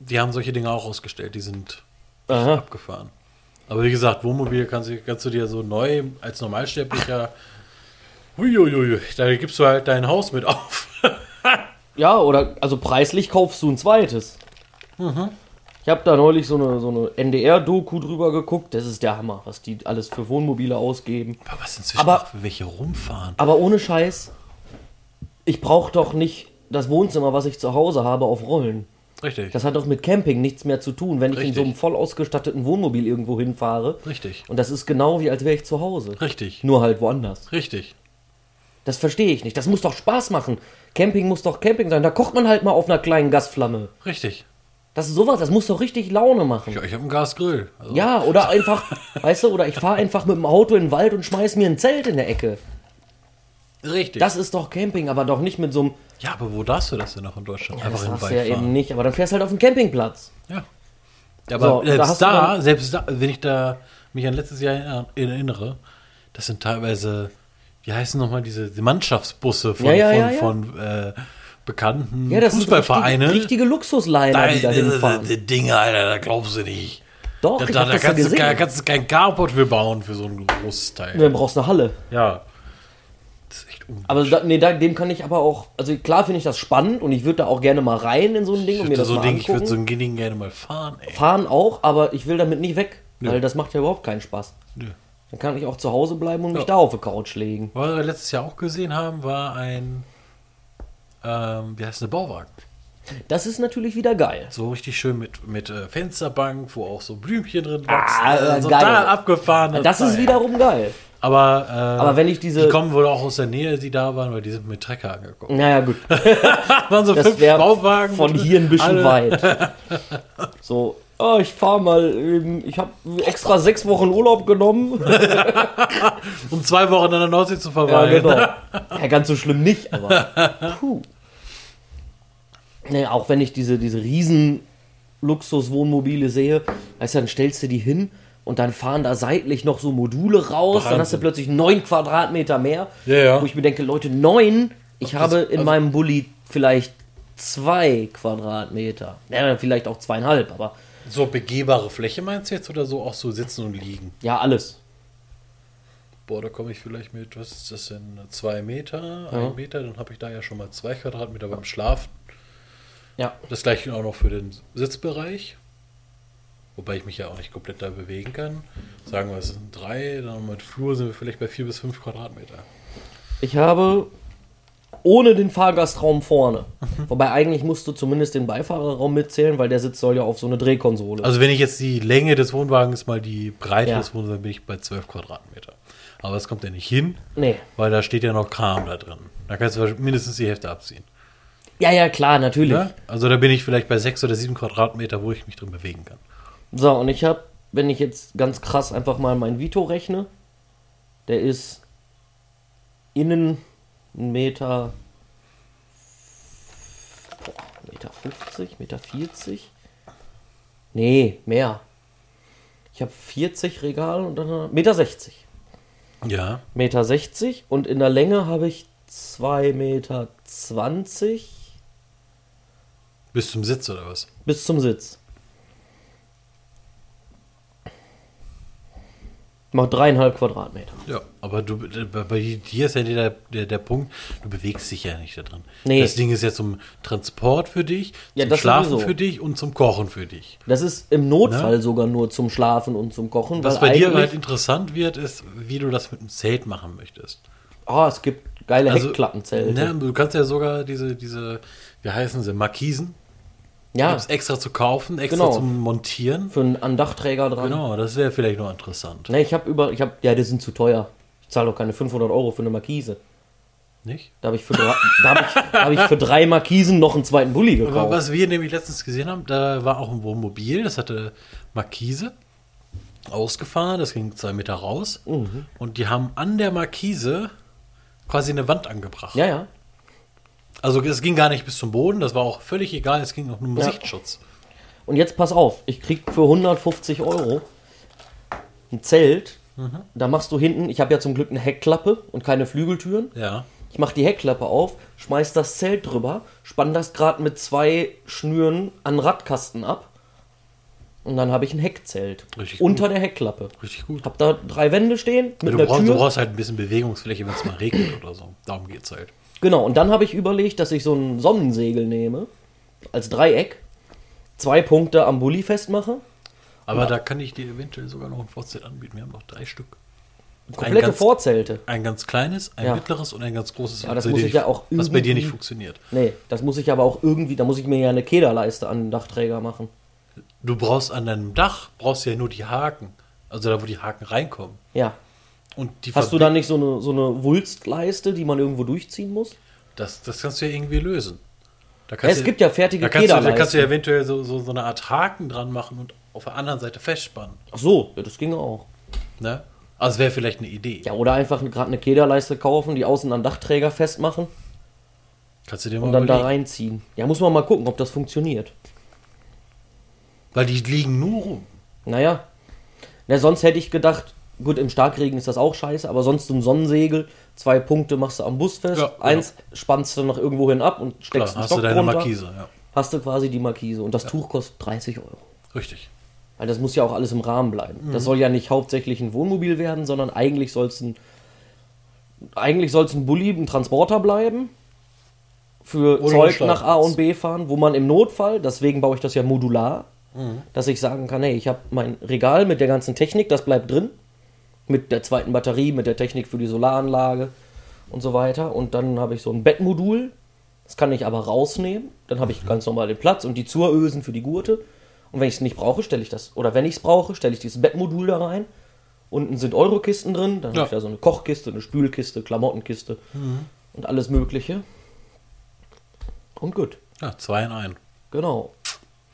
C: Die haben solche Dinge auch ausgestellt, die sind
A: Aha.
C: abgefahren. Aber wie gesagt, Wohnmobil kannst, du- kannst du dir so neu als Normalsterblicher. Uiuiui, da gibst du halt dein Haus mit auf.
A: Ja, oder also preislich kaufst du ein zweites.
C: Mhm.
A: Ich habe da neulich so eine, so eine NDR-Doku drüber geguckt. Das ist der Hammer, was die alles für Wohnmobile ausgeben.
C: Aber was inzwischen
A: Aber-
C: auch für welche rumfahren?
A: Aber ohne Scheiß, ich brauche doch nicht das Wohnzimmer, was ich zu Hause habe, auf Rollen.
C: Richtig.
A: Das hat doch mit Camping nichts mehr zu tun, wenn ich in so
C: Richtig.
A: einem voll ausgestatteten Wohnmobil irgendwo hinfahre.
C: Richtig.
A: Und das ist genau wie als wäre ich zu Hause.
C: Richtig.
A: Nur halt woanders.
C: Richtig.
A: Das verstehe ich nicht. Das muss doch Spaß machen. Camping muss doch Camping sein. Da kocht man halt mal auf einer kleinen Gasflamme.
C: Richtig.
A: Das ist sowas, das muss doch richtig Laune machen.
C: Ja, ich habe einen Gasgrill. Also,
A: Ja, oder einfach, weißt du, oder ich fahre einfach mit dem Auto in den Wald und schmeiß mir ein Zelt in der Ecke.
C: Richtig.
A: Das ist doch Camping, aber doch nicht mit so einem.
C: ja, aber wo darfst du das denn noch in Deutschland?
A: Ja, das
C: im
A: darfst du ja
C: Wald
A: eben
C: fahren.
A: nicht, aber dann fährst du halt auf den Campingplatz.
C: Ja. Ja, aber
A: So, da
C: selbst
A: hast du
C: da,
A: dann-
C: selbst da, wenn ich da mich an letztes Jahr erinnere- erinnere, das sind teilweise, wie heißen nochmal diese die Mannschaftsbusse von,
A: Ja, ja, ja, ja.
C: von, von äh, bekannten
A: Ja, das
C: Fußballvereine.
A: sind richtige, richtige Luxusliner,
C: da,
A: die da
C: diese,
A: hinfahren.
C: diese Dinge, Alter, da glaubst du nicht.
A: Doch,
C: Da,
A: ich
C: da,
A: hab
C: da
A: das ja
C: kannst, du, kein-
A: gesehen.
C: kannst du kein Carport für bauen für so ein großes Teil.
A: Dann brauchst du eine Halle.
C: Ja. Das ist echt un
A: Aber da, nee, da, dem kann ich aber auch. Also klar finde ich das spannend und ich würde da auch gerne mal rein in so ein Ding
C: ich
A: und mir
C: würde
A: das
C: so
A: mal
C: ein Ding, ich
A: angucken.
C: würde so ein Ding gerne mal fahren, ey.
A: Fahren auch, aber ich will damit nicht weg,
C: Nö.
A: weil das macht ja überhaupt keinen Spaß.
C: Nö.
A: Dann kann ich auch zu Hause bleiben und mich
C: Ja.
A: da auf die Couch legen.
C: Was wir letztes Jahr auch gesehen haben, war ein, ähm, wie heißt der Bauwagen?
A: Das ist natürlich wieder geil.
C: So richtig schön mit, mit äh, Fensterbank, wo auch so Blümchen drin wachsen.
A: Ah, äh,
C: also
A: geil.
C: total abgefahren.
A: Das ist wiederum geil.
C: Aber, äh, aber
A: wenn ich diese-
C: Die kommen wohl auch aus der Nähe, die da waren, weil die sind mit Trecker angekommen.
A: Naja, gut.
C: waren so
A: Das
C: fünf
A: wäre
C: Bauwagen.
A: von
C: mit-
A: hier ein bisschen
C: alle-
A: weit. So, ah, ich fahre mal, ähm, ich habe extra sechs Wochen Urlaub genommen.
C: Um zwei Wochen an der Nordsee zu
A: Ja,
C: verweilen.
A: genau. Ja, ganz so schlimm nicht, aber. Puh. Nee, auch wenn ich diese, diese riesen Luxus-Wohnmobile sehe, weißt du, dann stellst du die hin und dann fahren da seitlich noch so Module raus, dann hast du
C: Wahnsinn.
A: plötzlich neun Quadratmeter mehr.
C: Ja, ja.
A: Wo ich mir denke, Leute, neun, ich habe in
C: also
A: meinem Bulli vielleicht zwei Quadratmeter. Ja, vielleicht auch zweieinhalb, aber
C: So begehbare Fläche meinst du jetzt oder so auch so sitzen und liegen?
A: ja, alles.
C: Boah, da komme ich vielleicht mit, was ist das denn? Zwei Meter, ein Meter, dann habe ich da ja schon mal zwei Quadratmeter beim Schlafen.
A: Ja.
C: Das gleiche auch noch für den Sitzbereich. Wobei ich mich ja auch nicht komplett da bewegen kann. Sagen wir, es sind drei, dann mit Flur sind wir vielleicht bei vier bis fünf Quadratmeter.
A: Ich habe ohne den Fahrgastraum vorne.
C: Mhm.
A: Wobei eigentlich musst du zumindest den Beifahrerraum mitzählen, weil der Sitz soll ja auf so eine Drehkonsole.
C: Also wenn ich jetzt die Länge des Wohnwagens mal die Breite
A: Ja.
C: des Wohnwagens, bin ich bei zwölf Quadratmeter. Aber das kommt ja nicht hin,
A: nee.
C: weil da steht ja noch Kram da drin. Da kannst du mindestens die Hälfte abziehen.
A: Ja, ja, klar, natürlich.
C: Ne? Also da bin ich vielleicht bei sechs oder sieben Quadratmeter, wo ich mich drin bewegen kann.
A: So, und ich habe, wenn ich jetzt ganz krass einfach mal mein Vito rechne, der ist innen 1 Meter, boah, Meter 50, Meter 40. Nee, mehr. Ich habe 40 Regale und dann Meter 60.
C: Ja,
A: Meter 60 und in der Länge habe ich 2,20 Meter 20
C: bis zum Sitz oder was?
A: bis zum Sitz. Macht dreieinhalb Quadratmeter.
C: Ja, aber du, äh, bei- bei dir ist ja der, der, der Punkt, du bewegst dich ja nicht da drin.
A: Nee.
C: Das Ding ist ja zum Transport für dich,
A: Ja,
C: zum
A: das
C: Schlafen
A: sowieso.
C: für dich und zum Kochen für dich.
A: Das ist im Notfall
C: Ne?
A: sogar nur zum Schlafen und zum Kochen.
C: Was
A: weil
C: bei dir
A: eigentlich-
C: halt interessant wird, ist, wie du das mit dem Zelt machen möchtest.
A: Ah, es gibt geile
C: halt- Also,
A: Heckklappenzelte.
C: Ne, du kannst ja sogar diese, diese, wie heißen sie, Markisen,
A: ja,
C: gibt's extra zu kaufen, extra
A: Ah. Genau.
C: zum Montieren.
A: für einen Andachträger dran.
C: Genau, das wäre vielleicht noch interessant.
A: Ne, ich habe über, ich habe, ja, die sind zu teuer. Ich zahle doch keine 500 Euro für eine Markise.
C: Nicht?
A: Da habe ich, für drei- da hab ich, da hab ich für drei Markisen noch einen zweiten Bulli
C: Aber
A: gekauft.
C: was wir nämlich letztens gesehen haben, da war auch ein Wohnmobil, das hatte Markise ausgefahren, das ging zwei Meter raus.
A: Mhm.
C: Und die haben an der Markise quasi eine Wand angebracht.
A: Ja, ja.
C: Also es ging gar nicht bis zum Boden, das war auch völlig egal, es ging auch nur um
A: Ja.
C: Sichtschutz.
A: Und jetzt pass auf, ich krieg für 150 Euro ein Zelt.
C: Mhm.
A: Da machst du hinten, ich habe ja zum Glück eine Heckklappe und keine Flügeltüren.
C: Ja.
A: Ich mache die Heckklappe auf, schmeiß das Zelt drüber, spann das gerade mit zwei Schnüren an Radkasten ab. Und dann habe ich ein Heckzelt.
C: Richtig
A: unter der Heckklappe.
C: Richtig gut.
A: Hab da drei Wände stehen mit
C: Du
A: einer
C: brauchst,
A: Tür.
C: du brauchst halt ein bisschen Bewegungsfläche, wenn es mal regnet oder so. Darum geht's halt.
A: Genau, und dann habe ich überlegt, dass ich so ein Sonnensegel nehme, als Dreieck, zwei Punkte am Bulli festmache,
C: Aber da kann ich dir eventuell sogar noch ein Vorzelt anbieten. Wir haben noch drei Stück. ein
A: komplette
C: ganz,
A: Vorzelte.
C: Ein ganz kleines, ein
A: Ja.
C: mittleres und ein ganz großes.
A: Ja, das
C: was bei
A: muss
C: dir
A: ich
C: nicht-
A: ja auch
C: Was bei dir
A: irgendwie-
C: nicht funktioniert.
A: Nee, das muss ich aber auch irgendwie, da muss ich mir ja eine Kederleiste an den Dachträger machen.
C: Du brauchst an deinem Dach, brauchst ja nur die Haken. Also da, wo die Haken reinkommen.
A: Ja.
C: Und die
A: Hast du
C: verbi-
A: da nicht so eine, so eine Wulstleiste, die man irgendwo durchziehen muss?
C: Das, das kannst du ja irgendwie lösen. Da
A: Ja, es gibt ja fertige
C: da kannst, du, da
A: Kederleisten.
C: kannst du ja eventuell so, so, so eine Art Haken dran machen und auf der anderen Seite festspannen.
A: Ach so, ja, das ging auch.
C: Ne? Also wäre vielleicht eine Idee.
A: Ja, oder einfach gerade eine Kederleiste kaufen, die außen an Dachträger festmachen
C: Kannst du dir mal
A: und dann da
C: überlegen.
A: reinziehen. Ja, muss man mal gucken, ob das funktioniert.
C: Weil die liegen nur rum.
A: Naja. Na, sonst hätte ich gedacht, gut, im Starkregen ist das auch scheiße, aber sonst so ein Sonnensegel, zwei Punkte machst du am Bus fest,
C: Ja, genau.
A: eins spannst du noch irgendwo hin ab und
C: Klar,
A: steckst einen
C: hast
A: Stock
C: du deine
A: runter,
C: Markise. Ja.
A: Hast du quasi die Markise und das Tuch kostet 30 Euro.
C: Richtig.
A: Weil das muss ja auch alles im Rahmen bleiben. Das soll ja nicht hauptsächlich ein Wohnmobil werden, sondern eigentlich soll es ein eigentlich soll es ein Bulli, ein Transporter bleiben für
C: Oder ein
A: Zeug
C: Schlafplatz.
A: nach A und B fahren, wo man im Notfall, deswegen baue ich das ja modular, dass ich sagen kann, hey, ich habe mein Regal mit der ganzen Technik, das bleibt drin, mit der zweiten Batterie, mit der Technik für die Solaranlage und so weiter. Und dann habe ich so ein Bettmodul, das kann ich aber rausnehmen. Dann habe ich ganz normal den Platz und die Zurösen für die Gurte. Und wenn ich es nicht brauche, stelle ich das. Oder wenn ich es brauche, stelle ich dieses Bettmodul da rein. Unten sind Eurokisten drin. Dann
C: Ja.
A: habe ich da so eine Kochkiste, eine Spülkiste, Klamottenkiste und alles Mögliche. Und gut,
C: Ja, zwei in ein.
A: genau.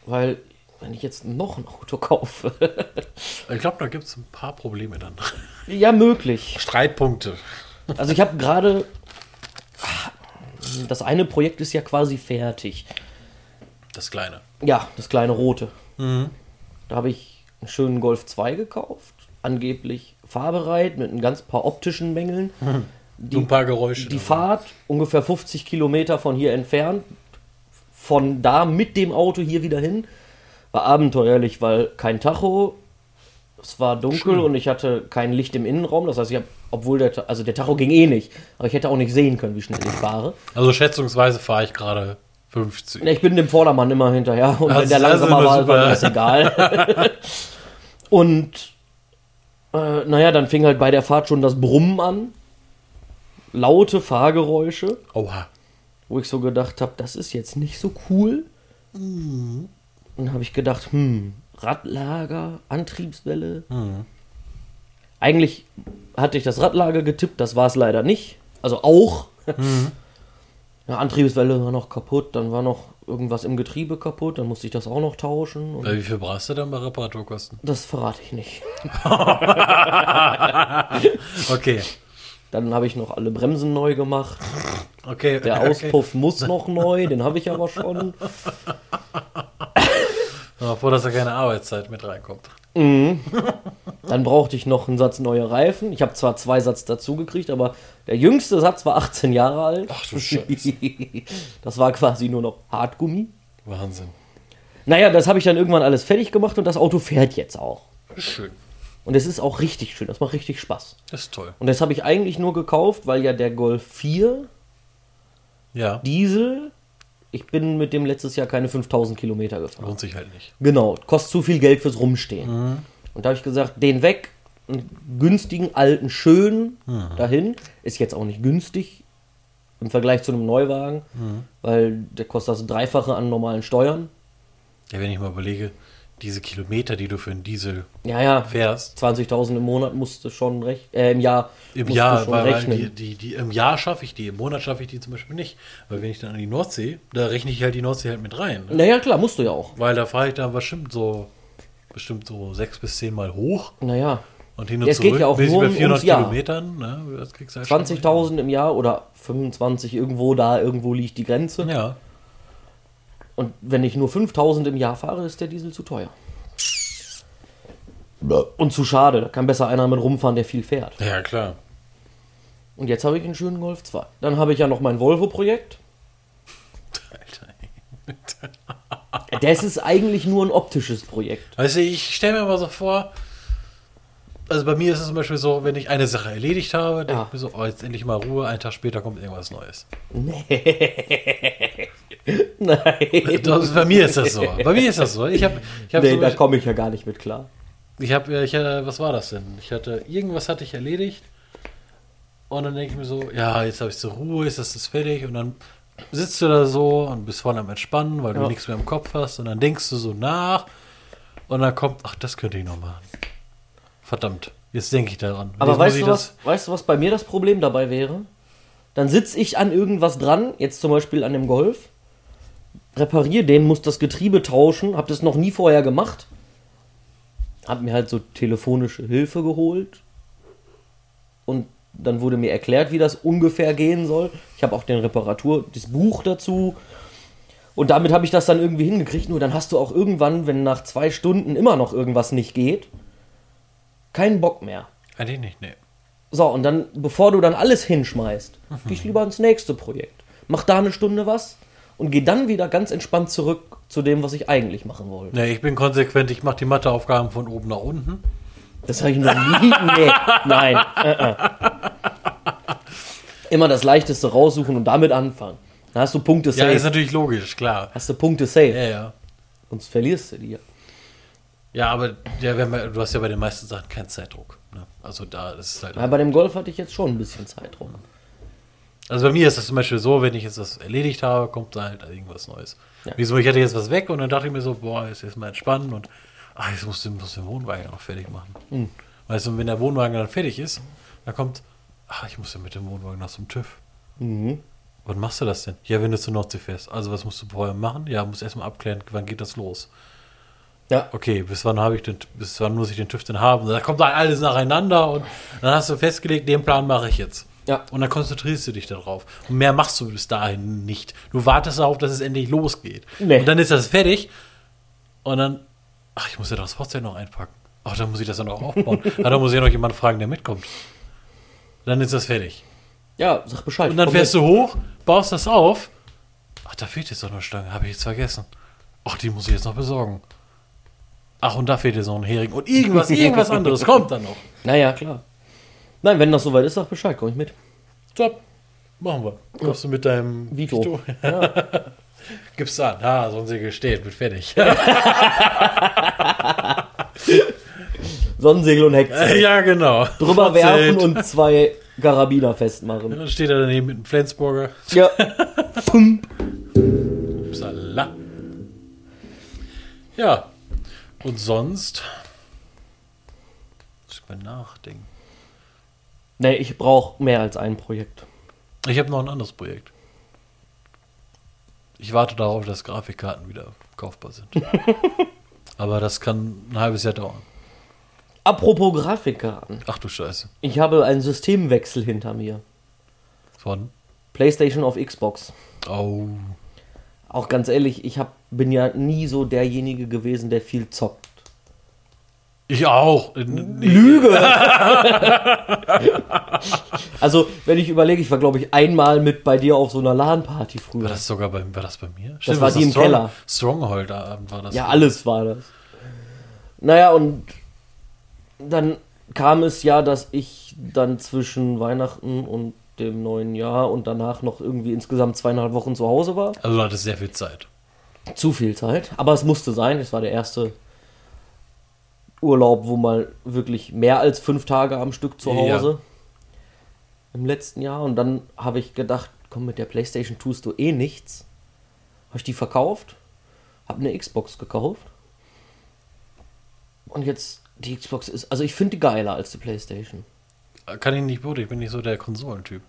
A: Weil, wenn ich jetzt noch ein Auto kaufe,
C: Ich glaube, da gibt es ein paar Probleme dann.
A: ja, möglich.
C: Streitpunkte.
A: Also, ich habe gerade. Das eine Projekt ist ja quasi fertig.
C: Das kleine.
A: Ja, das kleine rote.
C: Mhm.
A: Da habe ich einen schönen Golf 2 gekauft. Angeblich fahrbereit mit ein ganz paar optischen Mängeln. Die,
C: Nur ein paar Geräusche. ne?
A: die
C: dabei.
A: Fahrt ungefähr 50 Kilometer von hier entfernt. Von da mit dem Auto hier wieder hin. War abenteuerlich, weil kein Tacho. Es war dunkel und ich hatte kein Licht im Innenraum. Das heißt, ich habe, obwohl der, Ta- also der Tacho ging eh nicht, aber ich hätte auch nicht sehen können, wie schnell ich fahre.
C: also schätzungsweise fahre ich gerade 50.
A: Ja, Ich bin dem Vordermann immer hinterher und
C: Also,
A: wenn der
C: das ist
A: langsamer
C: immer
A: war,
C: super.
A: war mir das egal. und äh, naja, dann fing halt bei der Fahrt schon das Brummen an. Laute Fahrgeräusche,
C: Oha.
A: wo ich so gedacht habe, das ist jetzt nicht so cool. Und habe ich gedacht, hm, Radlager, Antriebswelle. Eigentlich hatte ich das Radlager getippt, das war es leider nicht. Also auch. Ja, Antriebswelle war noch kaputt, dann war noch irgendwas im Getriebe kaputt, dann musste ich das auch noch tauschen. Und
C: Äh, Wie viel brauchst du dann bei Reparaturkosten?
A: das verrate ich nicht.
C: Okay.
A: Dann habe ich noch alle Bremsen neu gemacht.
C: Okay.
A: Der
C: okay.
A: Auspuff muss noch neu, den habe ich aber schon.
C: Aber Vor, dass da keine Arbeitszeit mit reinkommt.
A: Dann brauchte ich noch einen Satz neue Reifen. Ich habe zwar zwei Satz dazu gekriegt, aber der jüngste Satz war 18 Jahre alt.
C: Ach du Scheiße.
A: Das war quasi nur noch Hartgummi.
C: Wahnsinn.
A: Naja, das habe ich dann irgendwann alles fertig gemacht und das Auto fährt jetzt auch.
C: Schön.
A: Und es ist auch richtig schön. Das macht richtig Spaß.
C: Das ist toll.
A: Und das habe ich eigentlich nur gekauft, weil ja der Golf 4
C: Ja.
A: Diesel, ich bin mit dem letztes Jahr keine 5000 Kilometer gefahren.
C: Lohnt sich halt nicht.
A: Genau, kostet zu viel Geld fürs Rumstehen.
C: Mhm.
A: Und da habe ich gesagt, den weg, einen günstigen, alten, schönen
C: Mhm.
A: dahin. Ist jetzt auch nicht günstig im Vergleich zu einem Neuwagen,
C: Mhm.
A: weil der kostet das Dreifache an normalen Steuern.
C: Ja, wenn ich mal überlege, diese Kilometer, die du für einen Diesel
A: Ja, ja,
C: fährst,
A: 20.000 im Monat musste schon recht, äh, im Jahr
C: im
A: musst du
C: Jahr,
A: schon
C: weil, weil
A: rechnen.
C: die, die, die, im Jahr schaffe ich die, im Monat schaffe ich die zum Beispiel nicht. Weil wenn ich dann an die Nordsee, da rechne ich halt die Nordsee halt mit rein. Ne?
A: Naja, klar, musst du ja auch.
C: Weil da fahre ich dann bestimmt so, bestimmt so sechs bis zehn Mal hoch
A: Naja,
C: und hin und
A: Ja, es geht
C: zurück.
A: ja auch
C: bin ich
A: nur
C: bei
A: um-
C: 400
A: ums Jahr.
C: Kilometern, ne? Das kriegst du halt schon mal hin.
A: 20.000 im Jahr oder 25 irgendwo da, irgendwo liegt die Grenze.
C: Ja,
A: Und wenn ich nur 5000 im Jahr fahre, ist der Diesel zu teuer. Und zu schade, da kann besser einer mit rumfahren, der viel fährt.
C: ja klar.
A: Und jetzt habe ich einen schönen Golf 2. Dann habe ich ja noch mein Volvo-Projekt.
C: Alter.
A: Das ist eigentlich nur ein optisches Projekt.
C: Weißt du, Also ich stelle mir immer so vor, also bei mir ist es zum Beispiel so, wenn ich eine Sache erledigt habe, denke
A: Ja.
C: ich mir so, oh, jetzt endlich mal Ruhe, einen Tag später kommt irgendwas Neues.
A: Nein,
C: Das, bei mir ist das so. Bei mir ist das so. Ich habe, ich habe,
A: nee,
C: zum
A: da
C: Beispiel-
A: komme ich ja gar nicht mit klar.
C: ich habe, ich hatte, was war das denn? Ich hatte, irgendwas hatte ich erledigt und dann denke ich mir so, ja, jetzt habe ich zur Ruhe, ist das jetzt fertig und dann sitzt du da so und bist voll am Entspannen, weil
A: Ja.
C: du nichts mehr im Kopf hast und dann denkst du so nach und dann kommt, ach, das könnte ich noch machen. Verdammt, jetzt denke ich daran. Und
A: Aber
C: jetzt muss
A: weißt
C: ich
A: du,
C: das-
A: was, weißt du, was bei mir das Problem dabei wäre? Dann sitze ich an irgendwas dran, jetzt zum Beispiel an dem Golf, repariere den, muss das Getriebe tauschen, habe das noch nie vorher gemacht, habe mir halt so telefonische Hilfe geholt und dann wurde mir erklärt, wie das ungefähr gehen soll. Ich habe auch den Reparatur, das Buch dazu. Und damit habe ich das dann irgendwie hingekriegt. Nur dann hast du auch irgendwann, wenn nach zwei Stunden immer noch irgendwas nicht geht, keinen Bock mehr.
C: Eigentlich nicht, nee.
A: So, und dann, bevor du dann alles hinschmeißt,
C: Mhm.
A: geh ich lieber ans nächste Projekt. Mach da eine Stunde was und geh dann wieder ganz entspannt zurück zu dem, was ich eigentlich machen wollte.
C: Nee, ich bin konsequent, ich mache die Matheaufgaben von oben nach unten.
A: Das habe ich noch nie. Nee, nein. Äh, äh. Immer das Leichteste raussuchen und damit anfangen. Dann hast du Punkte
C: Ja, ist
A: safe.
C: natürlich logisch, klar.
A: hast du Punkte safe.
C: Ja, ja.
A: Sonst verlierst du die.
C: Ja, aber ja, wenn man, du hast ja bei den meisten Sachen keinen Zeitdruck. Ne? Also da ist es halt.
A: Ja, bei dem Golf hatte ich jetzt schon ein bisschen Zeit rum.
C: Also bei mir ist das zum Beispiel so, wenn ich jetzt das erledigt habe, kommt da halt irgendwas Neues.
A: Ja.
C: Wieso, ich hatte jetzt was weg und dann dachte ich mir so, boah, jetzt jetzt mal entspannen und ah, jetzt musst du musst den Wohnwagen noch fertig machen. Weißt du, und wenn der Wohnwagen dann fertig ist, dann kommt, ah, ich muss ja mit dem Wohnwagen noch zum TÜV. Wann machst du das denn? Ja, wenn du zur Nordsee fährst. Also was musst du vorher machen? Ja, muss erstmal abklären, wann geht das los?
A: Ja.
C: okay, bis wann habe ich den, bis wann muss ich den TÜV denn haben? Da kommt dann alles nacheinander und dann hast du festgelegt, den Plan mache ich jetzt.
A: Ja.
C: Und dann konzentrierst du dich darauf. Und mehr machst du bis dahin nicht. Du wartest darauf, dass es endlich losgeht.
A: Nee.
C: Und dann ist das fertig. Und dann, ach, ich muss ja das Hochzeit noch einpacken. Ach, dann muss ich das dann auch aufbauen. ah, dann muss ich noch jemanden fragen, der mitkommt. Dann ist das fertig.
A: Ja, sag Bescheid.
C: Und dann
A: Komm
C: fährst
A: mit.
C: du hoch, baust das auf. Ach, da fehlt jetzt doch eine Stange, habe ich jetzt vergessen. Ach, die muss ich jetzt noch besorgen. Ach, und da fehlt jetzt noch ein Hering. Und irgendwas, irgendwas anderes kommt dann noch.
A: Naja, klar. Nein, wenn das soweit ist, sag Bescheid, komm ich mit.
C: Top. Machen wir. Kommst du mit deinem
A: Vito.
C: Gibst an. Ah, sonst hier steht, bin fertig.
A: Sonnensegel und Heck.
C: ja, genau.
A: drüber
C: Verzählt.
A: werfen und zwei Karabiner festmachen.
C: Dann steht er daneben mit einem Flensburger.
A: Ja. Pfump.
C: Upsala. Ja. Und sonst. Muss ich mal nachdenken.
A: nee, ich brauche mehr als ein Projekt.
C: Ich habe noch ein anderes Projekt. Ich warte darauf, dass Grafikkarten wieder kaufbar sind. Aber das kann ein halbes Jahr dauern.
A: Apropos Grafikkarten.
C: Ach du Scheiße.
A: Ich habe einen Systemwechsel hinter mir.
C: Von.
A: PlayStation auf Xbox.
C: Oh.
A: Auch ganz ehrlich, ich hab, bin ja nie so derjenige gewesen, der viel zockt.
C: Ich auch. Äh, N- nee.
A: Also, wenn ich überlege, ich war, glaube ich, einmal mit bei dir auf so einer LAN-Party
C: War
A: früher.
C: das sogar bei, war das bei mir?
A: Das war die im Keller.
C: Stronghold-Abend war das.
A: Ja, alles war das. Naja, und dann kam es ja, dass ich dann zwischen Weihnachten und dem neuen Jahr und danach noch irgendwie insgesamt zweieinhalb Wochen zu Hause war.
C: Also du hattest sehr viel Zeit.
A: Zu viel Zeit, aber es musste sein. Es war der erste Urlaub, wo mal wirklich mehr als fünf Tage am Stück zu
C: Ja.
A: Hause im letzten Jahr. Und dann habe ich gedacht, komm, mit der PlayStation tust du eh nichts. Habe ich die verkauft, habe eine Xbox gekauft. Und jetzt, die Xbox ist, also ich finde die geiler als die PlayStation.
C: Kann ich nicht beurteilen, ich bin nicht so der Konsolentyp.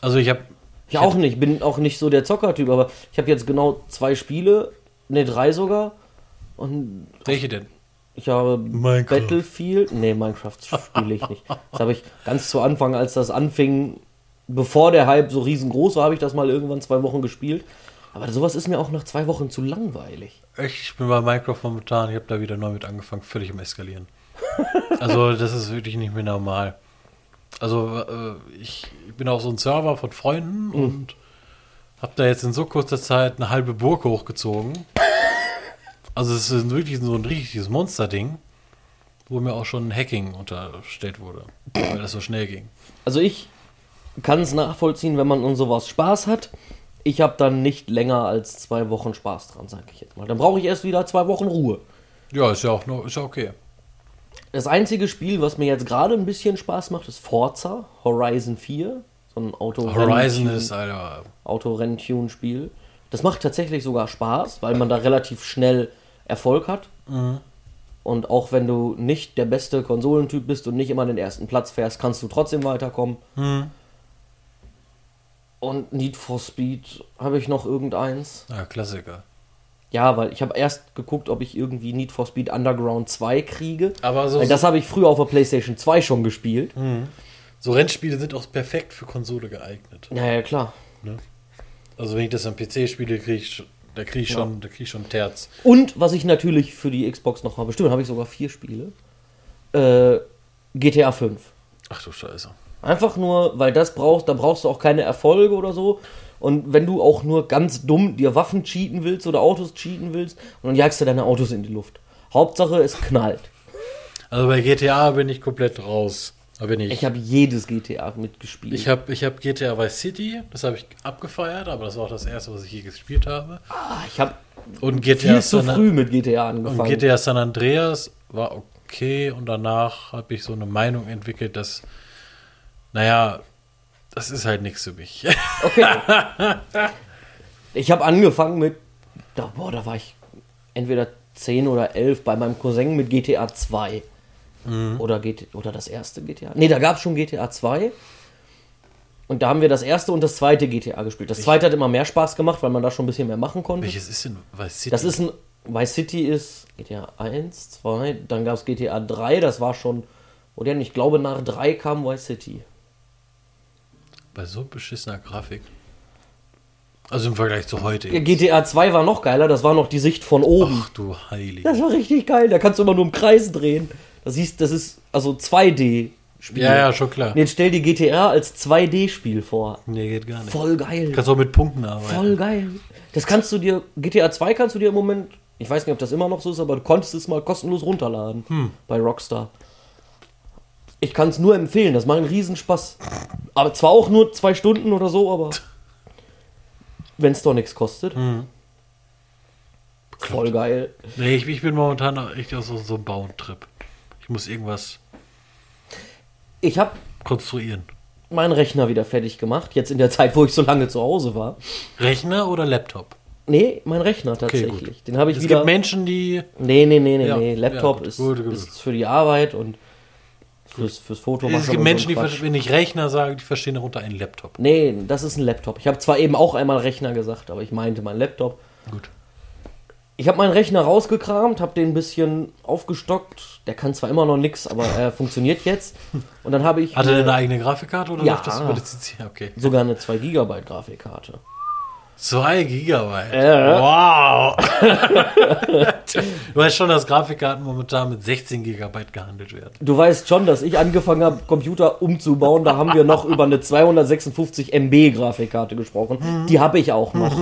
C: Also ich habe
A: Ich auch nicht, bin auch nicht so der Zockertyp, aber ich habe jetzt genau zwei Spiele, ne, drei sogar. Und
C: welche denn?
A: Ich habe
C: Minecraft.
A: Battlefield. Nee, Minecraft spiele ich nicht. Das habe ich ganz zu Anfang, als das anfing, bevor der Hype so riesengroß war, habe ich das mal irgendwann zwei Wochen gespielt. Aber sowas ist mir auch nach zwei Wochen zu langweilig.
C: Ich bin bei Minecraft momentan, ich habe da wieder neu mit angefangen, völlig im Eskalieren. also das ist wirklich nicht mehr normal. Also äh, ich, ich bin auf so einem Server von Freunden
A: Mhm.
C: und habe da jetzt in so kurzer Zeit eine halbe Burg hochgezogen. also es ist wirklich so ein richtiges Monsterding, wo mir auch schon Hacking unterstellt wurde, weil das so schnell ging.
A: Also ich kann es nachvollziehen, wenn man an sowas Spaß hat. Ich habe dann nicht länger als zwei Wochen Spaß dran, sage ich jetzt mal. Dann brauche ich erst wieder zwei Wochen Ruhe.
C: Ja, ist ja auch noch, ist ja okay.
A: Das einzige Spiel, was mir jetzt gerade ein bisschen Spaß macht, ist Forza Horizon 4. So ein Auto.
C: Horizon ist Alter,
A: Autorenntunenspiel. Das macht tatsächlich sogar Spaß, weil man da relativ schnell Erfolg hat.
C: Mhm.
A: Und auch wenn du nicht der beste Konsolentyp bist und nicht immer den ersten Platz fährst, kannst du trotzdem weiterkommen.
C: Mhm.
A: Und Need for Speed habe ich noch irgendeins.
C: ja, Klassiker.
A: Ja, weil ich habe erst geguckt, ob ich irgendwie Need for Speed Underground 2 kriege.
C: Aber so- Mhm.
A: weil das habe ich früher auf der PlayStation 2 schon gespielt.
C: So Rennspiele sind auch perfekt für Konsole geeignet.
A: Naja, klar.
C: Also wenn ich das am PC spiele, kriege ich, sch- da kriege ich schon, da kriege ich schon Terz.
A: Und was ich natürlich für die Xbox noch habe, stimmt, habe ich sogar vier Spiele. Äh, GTA 5.
C: Ach du Scheiße.
A: Einfach nur, weil das brauchst, da brauchst du auch keine Erfolge oder so. Und wenn du auch nur ganz dumm dir Waffen cheaten willst oder Autos cheaten willst, und dann jagst du deine Autos in die Luft. Hauptsache, es knallt.
C: Also bei GTA bin ich komplett raus. Da bin ich.
A: Ich habe jedes GTA mitgespielt.
C: ich habe ich hab GTA Vice City, das habe ich abgefeiert, aber das war auch das erste, was ich je gespielt habe.
A: Ah, ich hab
C: Und GTA,
A: viel zu
C: San,
A: früh mit GTA angefangen.
C: und GTA San Andreas war okay und danach habe ich so eine Meinung entwickelt, dass, naja, das ist halt nichts für mich.
A: Okay. Ich habe angefangen mit, da, boah, da war ich entweder 10 oder 11 bei meinem Cousin mit GTA 2. Oder, GT, oder das erste GTA. Nee, da gab es schon GTA 2. Und da haben wir das erste und das zweite GTA gespielt. Das zweite hat immer mehr Spaß gemacht, weil man da schon ein bisschen mehr machen konnte.
C: Welches ist denn Vice City?
A: Das ist ein. Vice City ist GTA 1, 2, dann gab es GTA 3, das war schon. Oder ich glaube, nach 3 kam Vice City.
C: bei so beschissener Grafik. Also im Vergleich zu heute.
A: Ja, GTA 2 war noch geiler, das war noch die Sicht von oben.
C: Ach du Heilige.
A: Das war richtig geil. Da kannst du immer nur im Kreis drehen. Das siehst, das ist also 2D-Spiel.
C: Ja, ja, schon klar.
A: Und jetzt stell dir GTA als 2D-Spiel vor.
C: Nee, geht gar nicht.
A: Voll geil.
C: Kannst auch mit Punkten arbeiten.
A: Voll geil. Das kannst du dir, GTA 2 kannst du dir im Moment, ich weiß nicht, ob das immer noch so ist, aber du konntest es mal kostenlos runterladen
C: Hm.
A: bei Rockstar. Ich kann es nur empfehlen, das macht einen Riesenspaß. Aber zwar auch nur zwei Stunden oder so, aber wenn es doch nichts kostet.
C: Hm.
A: Voll geil.
C: Nee, ich, ich bin momentan auch echt auf so, so einem Bauentrip. Ich muss irgendwas
A: Ich habe
C: konstruieren.
A: meinen Rechner wieder fertig gemacht. Jetzt in der Zeit, wo ich so lange zu Hause war.
C: Rechner oder Laptop?
A: Nee, mein Rechner tatsächlich.
C: gut.
A: Den habe ich
C: Es
A: wieder. Oh,
C: gibt Menschen, die.
A: nee, nee, nee, nee,
C: Ja,
A: nee.
C: ja,
A: Laptop
C: gut,
A: ist,
C: gut, gut.
A: ist für die Arbeit und fürs, fürs Foto machen.
C: Es gibt
A: und
C: Menschen, die,
A: so ein Quatsch.
C: ver- wenn ich Rechner sage, die verstehen darunter einen Laptop.
A: Nee, das ist ein Laptop. Ich habe zwar eben auch einmal Rechner gesagt, aber ich meinte mein Laptop.
C: Gut.
A: Ich habe meinen Rechner rausgekramt, habe den ein bisschen aufgestockt. Der kann zwar immer noch nichts, aber er funktioniert jetzt. Und dann habe ich
C: Hat er
A: mir
C: denn eine eigene Grafikkarte oder
A: Äh, Ja.
C: läuft das über die CC? Okay.
A: sogar eine 2 GB Grafikkarte.
C: 2 Gigabyte.
A: Ja.
C: Wow. du weißt schon, dass Grafikkarten momentan mit 16 Gigabyte gehandelt werden.
A: Du weißt schon, dass ich angefangen habe, Computer umzubauen. Da haben wir noch über eine 256 MB Grafikkarte gesprochen. Die habe ich auch noch.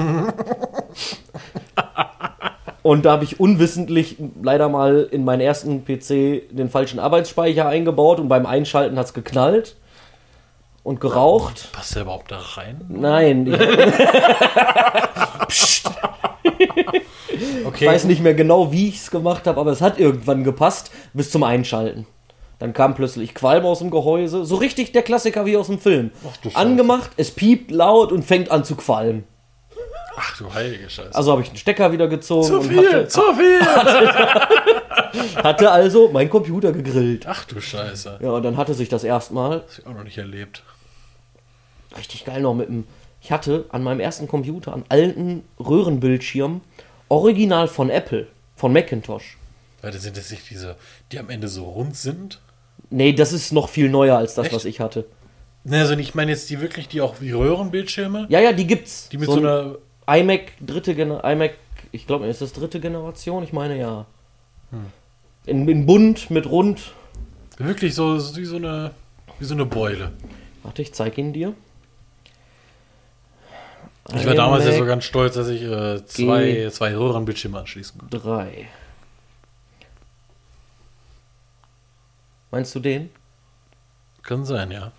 A: Und da habe ich unwissentlich leider mal in meinen ersten PC den falschen Arbeitsspeicher eingebaut und beim Einschalten hat es geknallt und geraucht.
C: Passt der überhaupt da rein?
A: Nein, ich
C: Okay.
A: Ich weiß nicht mehr genau, wie ich es gemacht habe, aber es hat irgendwann gepasst, bis zum Einschalten. Dann kam plötzlich Qualm aus dem Gehäuse, so richtig der Klassiker wie aus dem Film.
C: du Scheiße.
A: Angemacht, es piept laut und fängt an zu qualmen.
C: Ach du heilige Scheiße.
A: Also habe ich den Stecker wieder gezogen
C: zu
A: und
C: viel, zu viel!
A: Hatte, hatte also meinen Computer gegrillt.
C: Ach du Scheiße.
A: Ja, und dann hatte sich das erstmal
C: Das hab ich auch noch nicht erlebt.
A: richtig geil noch mit dem. Ich hatte an meinem ersten Computer einen alten Röhrenbildschirm, original von Apple, von Macintosh.
C: Warte, sind das nicht diese, die am Ende so rund sind?
A: Nee, das ist noch viel neuer als das,
C: Echt?
A: was ich hatte.
C: Ne, also ich meine jetzt die wirklich, die auch wie Röhrenbildschirme,
A: Ja, ja, die gibt's.
C: die mit so,
A: ein-
C: einer.
A: iMac dritte Generation, iMac, ich glaube, ist das dritte Generation? Ich meine ja.
C: Hm.
A: In, in bunt, mit rund.
C: Wirklich so, so wie so eine. Wie so eine Beule.
A: Warte, ich zeig ihn dir.
C: Ich war damals ja
A: iMac
C: so ganz stolz, dass ich äh, zwei, zwei Röhrenbildschirme anschließen konnte.
A: 3. Meinst du den?
C: Kann sein, ja.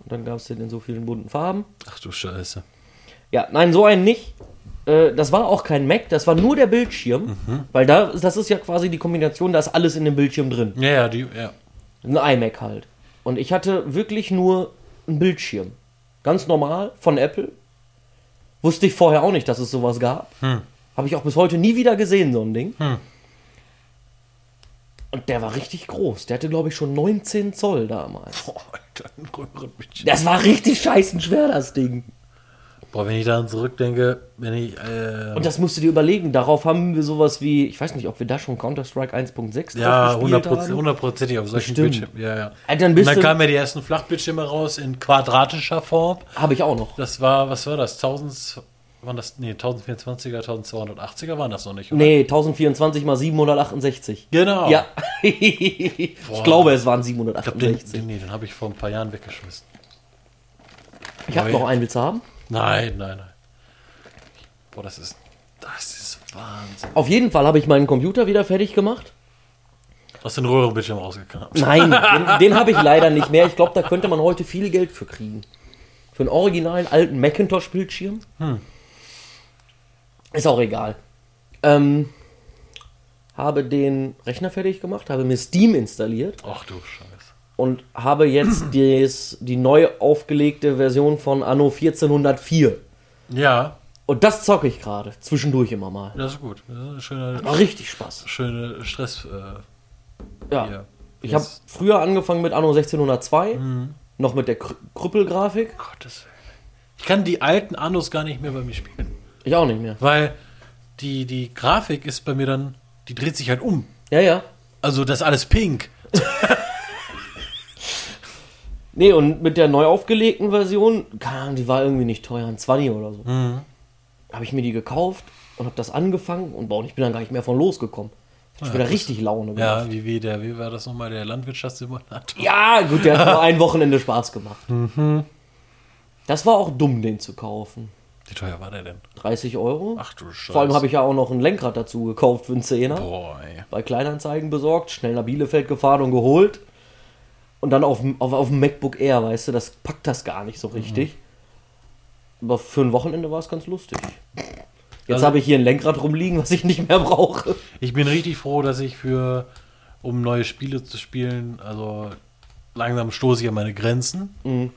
A: Und dann gab es den in so vielen bunten Farben.
C: Ach du Scheiße.
A: Ja, nein, so einen nicht. Äh, Das war auch kein Mac, das war nur der Bildschirm,
C: Mhm.
A: weil da, das ist ja quasi die Kombination, da ist alles in dem Bildschirm drin.
C: Ja, ja, die. Ja.
A: Ein iMac halt. Und ich hatte wirklich nur einen Bildschirm. Ganz normal von Apple. Wusste ich vorher auch nicht, dass es sowas gab.
C: Hm.
A: Habe ich auch bis heute nie wieder gesehen, so ein Ding. Und der war richtig groß. Der hatte, glaube ich, schon 19 Zoll damals.
C: Boah, Alter, ein Röhrenbildschirm.
A: Das war richtig scheißen schwer, das Ding.
C: Boah, wenn ich daran zurückdenke, wenn ich. Äh,
A: Und das musst du dir überlegen. Darauf haben wir sowas wie, ich weiß nicht, ob wir da schon Counter-Strike 1.6
C: ja,
A: drauf gespielt
C: 100%,
A: haben.
C: hundertprozentig auf solchen
A: Bestimmt.
C: Bildschirmen. Ja, ja.
A: Ah, dann
C: Und
A: bist
C: dann
A: du-
C: kamen ja die ersten Flachbildschirme raus in quadratischer Form.
A: Habe ich auch noch.
C: Das war, was war das? 1000, waren das, nee, 1024er, 1280er waren das noch nicht. oder?
A: Nee, 1024 mal 768.
C: Genau.
A: Ja. ich glaube, es waren
C: Ich hab den,
A: 768.
C: den, nee, den habe ich vor ein paar Jahren weggeschmissen.
A: Ich habe
C: neu.
A: noch einen Witz haben.
C: Nein, nein, nein. Boah, das ist, das ist Wahnsinn.
A: Auf jeden Fall habe ich meinen Computer wieder fertig gemacht.
C: Aus den Röhrenbildschirm rausgekramt.
A: Nein, den, den habe ich leider nicht mehr. Ich glaube, da könnte man heute viel Geld für kriegen. Für einen originalen alten Macintosh-Bildschirm. Ist auch egal. Ähm, habe den Rechner fertig gemacht, habe mir Steam installiert
C: Ach du Scheiße.
A: und habe jetzt des, die neu aufgelegte Version von Anno 1404.
C: Ja,
A: Und das zocke ich gerade. Zwischendurch immer mal.
C: das ist gut. Das ist eine schöne,
A: Macht richtig Spaß.
C: schöne Stress. Äh,
A: Ja.
C: hier.
A: Ich habe
C: Jetzt-
A: früher angefangen mit Anno 1602,
C: Mhm.
A: noch mit der Krü- Krüppelgrafik.
C: Gottes Willen. Ich kann die alten Annos gar nicht mehr bei mir spielen.
A: Ich auch nicht mehr.
C: Weil die, die Grafik ist bei mir dann, die dreht sich halt um.
A: Ja, ja.
C: Also das ist alles pink.
A: Nee, und mit der neu aufgelegten Version, keine Ahnung, die war irgendwie nicht teuer, ein 20 oder so.
C: Mhm.
A: Habe ich mir die gekauft und habe das angefangen und boah, und ich bin dann gar nicht mehr von losgekommen. Ich hab wieder richtig Laune gemacht.
C: Ja, wie, wie der, wie war das nochmal, der Landwirtschaftssimulator?
A: Ja, gut, der hat nur ein Wochenende Spaß gemacht.
C: Mhm.
A: Das war auch dumm, den zu kaufen.
C: Wie teuer war der denn?
A: 30 Euro.
C: Ach du Scheiße.
A: Vor allem habe ich ja auch noch ein Lenkrad dazu gekauft für einen Zehner.
C: Boah, ey.
A: bei Kleinanzeigen besorgt, schnell nach Bielefeld gefahren und geholt. Und dann auf, dem- auf, auf dem MacBook Air, weißt du, das packt das gar nicht so richtig. Aber für ein Wochenende war es ganz lustig. Jetzt
C: Also-
A: habe ich hier ein Lenkrad rumliegen, was ich nicht mehr brauche.
C: Ich bin richtig froh, dass ich für, um neue Spiele zu spielen, also langsam stoße ich an meine Grenzen.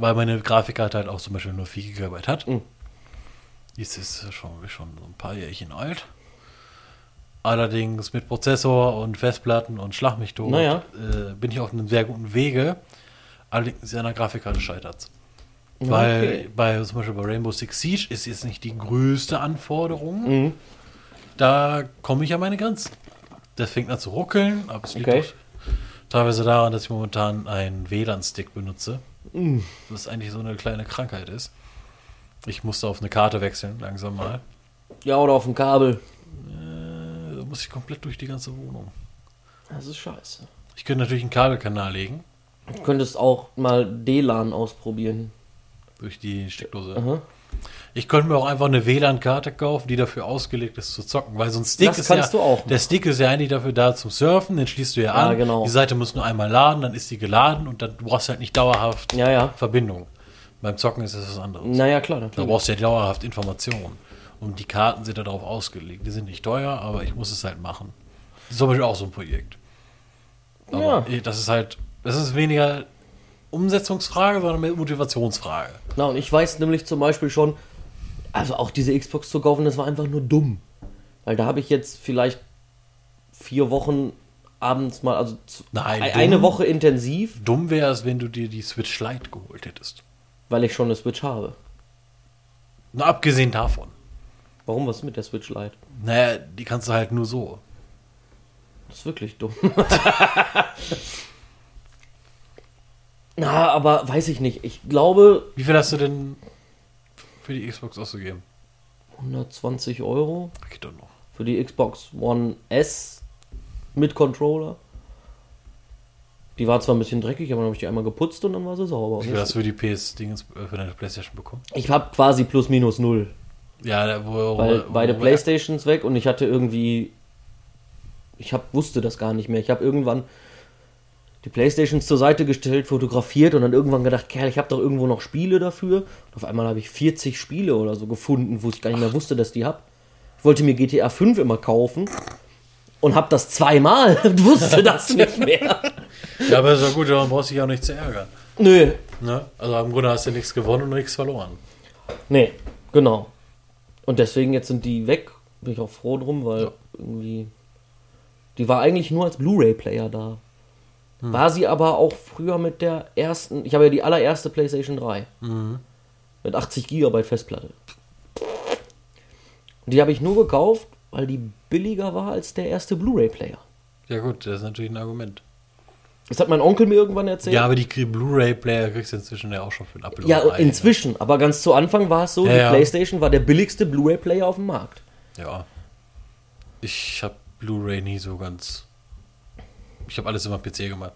C: Weil meine Grafikkarte halt auch zum Beispiel nur 4 GB hat. Die ist jetzt schon, schon so ein paar Jährchen alt. Allerdings mit Prozessor und Festplatten und Schlag mich tot
A: Naja.
C: äh, bin ich auf einem sehr guten Wege. Allerdings an der Grafikkarte scheitert es. Weil bei, zum Beispiel bei Rainbow Six Siege ist jetzt nicht die größte Anforderung. Da komme ich an meine Grenzen. Das fängt an zu ruckeln, aber es liegt
A: Okay.
C: auch teilweise daran, dass ich momentan einen WLAN-Stick benutze. Was eigentlich so eine kleine Krankheit ist. Ich musste auf eine Karte wechseln, langsam mal.
A: Ja, oder auf dem Kabel.
C: Äh, muss ich komplett durch die ganze Wohnung.
A: Das ist scheiße.
C: Ich könnte natürlich einen Kabelkanal legen.
A: Du könntest auch mal DLAN ausprobieren.
C: durch die Steckdose. Ich könnte mir auch einfach eine WLAN-Karte kaufen, die dafür ausgelegt ist zu zocken, weil so ein Stick
A: Das
C: ist
A: kannst
C: ja,
A: du auch.
C: der Stick ist ja eigentlich dafür da zum Surfen, den schließt du ja
A: Ja,
C: an,
A: genau.
C: die Seite muss nur einmal laden, dann ist die geladen und dann du brauchst halt nicht dauerhaft
A: Ja, ja.
C: Verbindung. Beim Zocken ist das was anderes.
A: Naja, klar.
C: Da
A: natürlich.
C: brauchst du ja dauerhaft Informationen. Und die Karten sind darauf ausgelegt. Die sind nicht teuer, aber ich muss es halt machen. Das ist zum Beispiel auch so ein Projekt. Aber eh, das ist halt, das ist weniger Umsetzungsfrage, sondern mehr Motivationsfrage.
A: Na, und ich weiß nämlich zum Beispiel schon, also auch diese Xbox zu kaufen, das war einfach nur dumm. Weil da habe ich jetzt vielleicht vier Wochen abends mal, also z-
C: Nein,
A: e-
C: dumm.
A: eine Woche intensiv,
C: Dumm wäre es, wenn du dir die Switch Lite geholt hättest.
A: weil ich schon eine Switch habe.
C: Na, abgesehen davon.
A: Warum was ist mit der Switch Lite?
C: Naja, die kannst du halt nur so.
A: Das ist wirklich dumm. Na, aber weiß ich nicht. Ich glaube
C: Wie viel hast du denn für die Xbox ausgegeben?
A: 120 Euro
C: Geht doch noch.
A: für die Xbox One S mit Controller. Die war zwar ein bisschen dreckig, aber dann habe ich die einmal geputzt und dann war sie sauber.
C: Wie viel hast du für die PS-Dingens, äh, für deine Playstation bekommen?
A: Ich habe quasi plus minus null,
C: Ja, da- wo,
A: weil
C: wo-
A: beide
C: wo-
A: Playstations weg und ich hatte irgendwie, ich hab, wusste das gar nicht mehr. Ich habe irgendwann die Playstations zur Seite gestellt, fotografiert und dann irgendwann gedacht, Kerl, ich habe doch irgendwo noch Spiele dafür. Und auf einmal habe ich 40 Spiele oder so gefunden, wo ich gar nicht mehr wusste, dass die hab. Ich wollte mir GTA 5 immer kaufen und habe das zweimal und wusste das nicht mehr.
C: Ja, aber ist ja gut, dann brauchst du dich auch nicht zu ärgern.
A: Nö,
C: Ne? Also im Grunde hast du nichts gewonnen und nichts verloren.
A: Nee, genau. Und deswegen jetzt sind die weg. Bin ich auch froh drum, weil irgendwie. Die war eigentlich nur als Blu-ray-Player da.
C: Hm.
A: War sie aber auch früher mit der ersten. Ich habe ja die allererste PlayStation 3.
C: Mhm.
A: Mit 80 GB Festplatte. Und die habe ich nur gekauft, weil die billiger war als der erste Blu-ray-Player.
C: Ja gut, das ist natürlich ein Argument.
A: Das hat mein Onkel mir irgendwann erzählt.
C: Ja, aber die Kri- Blu-ray-Player kriegst du inzwischen ja auch schon für den Apple.
A: Ja,
C: und ein Ei, ne?
A: inzwischen. Aber ganz zu Anfang war es so,
C: Ja,
A: die
C: ja.
A: PlayStation war der billigste Blu-ray-Player auf dem Markt.
C: Ja. Ich habe Blu-ray nie so ganz. Ich habe alles immer am PC gemacht.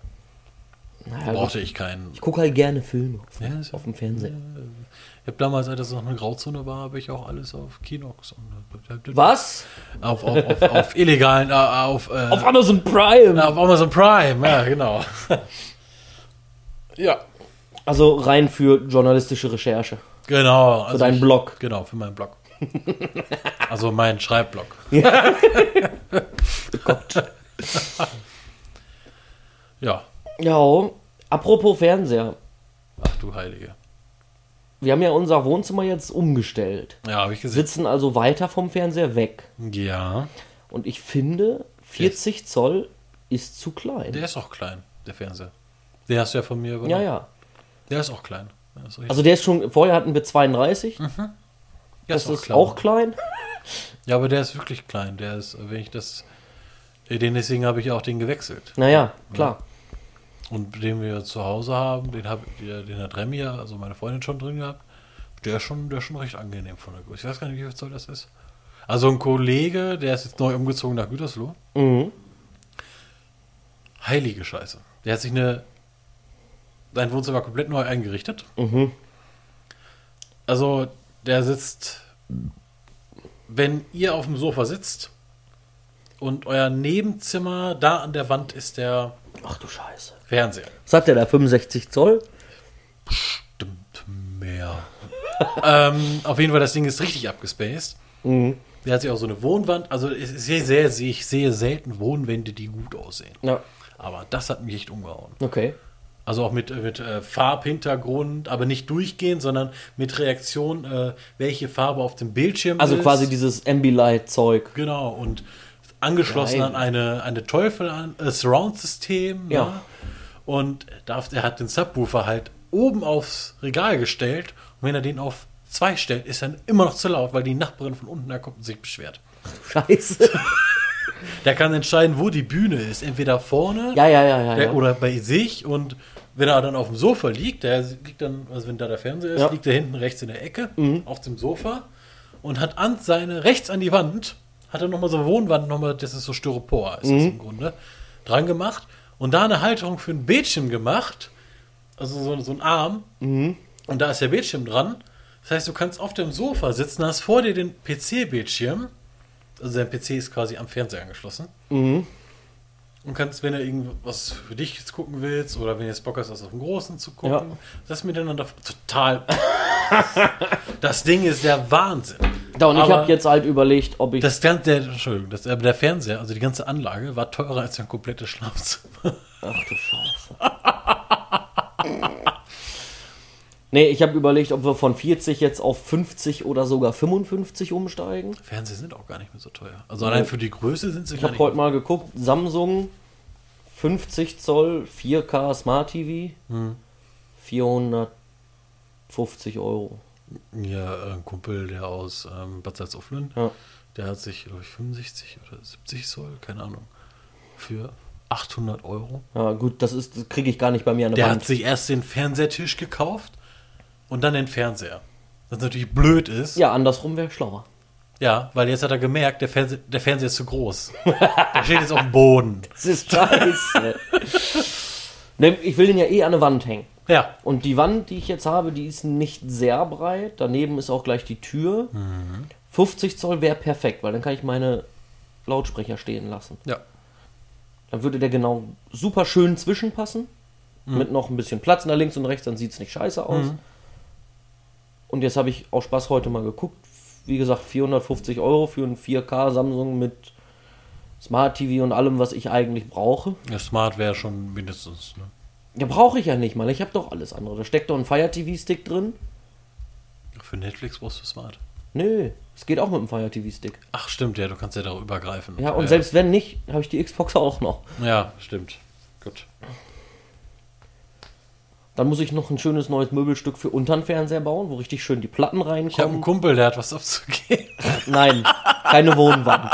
A: Naja, gut.
C: Brauchte ich keinen.
A: Ich gucke halt gerne Filme auf,
C: Ja, ist ja-
A: Also auf dem Fernseher.
C: Ich habe damals, als das noch eine Grauzone war, habe ich auch alles auf Kinox und
A: Was?
C: auf, auf, auf, auf illegalen, äh, auf, äh,
A: Auf
C: auf,
A: Amazon Prime!
C: auf Amazon Prime, ja, genau. ja.
A: Also rein für journalistische Recherche.
C: Genau. Also
A: deinen
C: ich-
A: Blog.
C: Genau, für meinen Blog. also meinen Schreibblog. Ja.
A: Ja, apropos Fernseher.
C: Ach du Heilige.
A: Wir haben ja unser Wohnzimmer jetzt umgestellt.
C: Ja, habe ich gesehen.
A: Sitzen also weiter vom Fernseher weg.
C: Ja.
A: Und ich finde, 40 Zoll ist zu klein.
C: Der ist auch klein, der Fernseher. Der hast du ja von mir übernommen.
A: Ja, ja.
C: Der ist auch klein. Der ist,
A: Also der ist schon, vorher hatten wir 32.
C: der
A: Das ist auch klein.
C: Ja, aber der ist wirklich klein. Der ist, wenn ich das. äh, Den deswegen habe ich auch den gewechselt.
A: Naja, klar.
C: Und den wir zu Hause haben, den habe den hat Remy ja, also meine Freundin schon drin gehabt. Der ist schon, der ist schon recht angenehm von der Größe. Ich weiß gar nicht, wie viel Zoll das ist. Also ein Kollege, der ist jetzt neu umgezogen nach Gütersloh.
A: Mhm.
C: Heilige Scheiße. Der hat sich eine sein Wohnzimmer komplett neu eingerichtet. Also, der sitzt, wenn ihr auf dem Sofa sitzt und euer Nebenzimmer, da an der Wand ist der
A: Ach du Scheiße.
C: Fernseher.
A: Was hat der da? 65 Zoll?
C: Stimmt mehr. ähm, auf jeden Fall, das Ding ist richtig abgespaced.
A: Mhm.
C: Der hat sich auch so eine Wohnwand, also es ist sehr, sehr, ich sehe selten Wohnwände, die gut aussehen.
A: Ja.
C: Aber das hat mich echt umgehauen.
A: Okay.
C: Also auch mit, mit äh, Farbhintergrund, aber nicht durchgehend, sondern mit Reaktion, äh, welche Farbe auf dem Bildschirm
A: Also
C: ist.
A: quasi dieses Ambilight-Zeug.
C: Genau, und angeschlossen
A: Geil.
C: an eine, eine Teufel, an äh, Surround-System.
A: Ja.
C: Ne? Und darf, er hat den Subwoofer halt oben aufs Regal gestellt. Und wenn er den auf zwei stellt, ist er immer noch zu laut, weil die Nachbarin von unten da kommt und sich beschwert.
A: Scheiße.
C: Der kann entscheiden, wo die Bühne ist. Entweder vorne
A: Ja, ja, ja, ja.
C: Der,
A: ja.
C: oder bei sich und wenn er dann auf dem Sofa liegt, der liegt dann, also wenn da der Fernseher ist,
A: Ja. Mhm.
C: liegt er hinten rechts in der Ecke auf dem Sofa und hat an seine rechts an die Wand, hat er nochmal so eine Wohnwand, nochmal, das ist so
A: Mhm.
C: Styropor, ist das im Grunde, dran gemacht und da eine Halterung für ein Bildschirm gemacht, also so, so ein Arm,
A: Mhm.
C: und da ist der Bildschirm dran. Das heißt, du kannst auf dem Sofa sitzen, hast vor dir den PC-Bildschirm. Also dein PC ist quasi am Fernseher angeschlossen.
A: Mhm.
C: Und kannst, wenn du irgendwas für dich jetzt gucken willst oder wenn du jetzt Bock hast, das auf dem Großen zu gucken,
A: Ja.
C: das miteinander total. das Ding ist der Wahnsinn.
A: Da, und ich
C: Aber-
A: habe jetzt halt überlegt, ob ich.
C: Das ganze, der, Entschuldigung, das, aber der Fernseher, also die ganze Anlage, war teurer als dein komplettes Schlafzimmer.
A: Ach du Scheiße. nee, ich habe überlegt, ob wir von 40 jetzt auf 50 oder sogar 55 umsteigen.
C: Fernseher sind auch gar nicht mehr so teuer. Also allein für die Größe sind sie
A: Ich
C: gar
A: habe
C: nicht.
A: heute mal geguckt, Samsung 50 Zoll 4K Smart TV
C: Hm.
A: 450 Euro.
C: Ja, äh, ein Kumpel, der aus ähm, Bad Salzuflen,
A: Ja.
C: der hat sich, glaube ich, 65 oder 70 Zoll, keine Ahnung, für 800 Euro.
A: Ja gut, das ist kriege ich gar nicht bei mir an der,
C: Der
A: Wand.
C: hat sich erst den Fernsehtisch gekauft und dann den Fernseher. Was natürlich blöd ist.
A: ja, andersrum wäre schlauer.
C: Ja, weil jetzt hat er gemerkt, der Fernseher, der Fernseher ist zu groß. der steht jetzt auf dem Boden.
A: Das ist scheiße. Ne, ich will den ja eh an eine Wand hängen.
C: Ja,
A: Und die Wand, die ich jetzt habe, die ist nicht sehr breit. Daneben ist auch gleich die Tür. 50 Zoll wäre perfekt, weil dann kann ich meine Lautsprecher stehen lassen.
C: ja.
A: Dann würde der genau super schön zwischenpassen. Mit noch ein bisschen Platz nach links und rechts, dann sieht es nicht scheiße aus. Und jetzt habe ich auch Spaß heute mal geguckt. Wie gesagt, 450 Euro für einen 4K Samsung mit Smart TV und allem, was ich eigentlich brauche.
C: Ja, Smart wäre schon mindestens. Ne?
A: Ja, brauche ich ja nicht mal. Ich habe doch alles andere. Da steckt doch ein Fire TV Stick drin.
C: Für Netflix brauchst du Smart.
A: Nö, es geht auch mit dem Fire TV Stick.
C: Ach, stimmt, ja, du kannst ja darüber greifen.
A: Ja, und selbst wenn nicht, habe ich die Xbox auch noch.
C: Ja, stimmt. Gut.
A: Dann muss ich noch ein schönes neues Möbelstück für unter den Fernseher bauen, wo richtig schön die Platten
C: Ich habe einen
A: reinkommen.
C: Kumpel, der hat was abzugeben.
A: Nein, keine Wohnwand.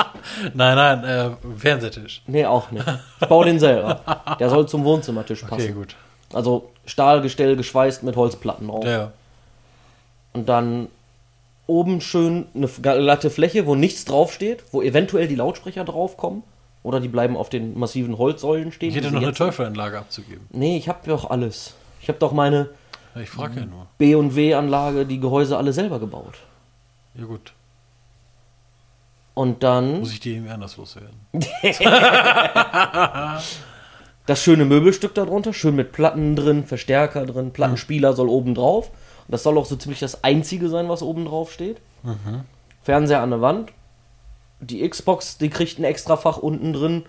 C: nein, nein, äh, Fernsehtisch.
A: Nee, auch nicht. Ich baue den selber. Der soll zum Wohnzimmertisch passen.
C: Okay, gut.
A: Also Stahlgestell geschweißt mit Holzplatten drauf.
C: Ja, ja.
A: Und dann oben schön eine glatte Fläche, wo nichts draufsteht, wo eventuell die Lautsprecher draufkommen. Oder die bleiben auf den massiven Holzsäulen stehen.
C: Ich
A: die
C: hätte
A: sie
C: noch eine
A: jetzt-
C: Teufelanlage abzugeben.
A: Nee, ich habe doch alles. Ich habe doch meine
C: Ja, Ich frage ja nur.
A: B&W-Anlage die Gehäuse alle selber gebaut.
C: Ja, gut.
A: Und dann
C: Muss ich die irgendwie anders loswerden?
A: das schöne Möbelstück darunter, schön mit Platten drin, Verstärker drin, Plattenspieler soll oben drauf. Und das soll auch so ziemlich das Einzige sein, was oben drauf steht. Fernseher an der Wand. Die Xbox, die kriegt ein extra Fach unten drin.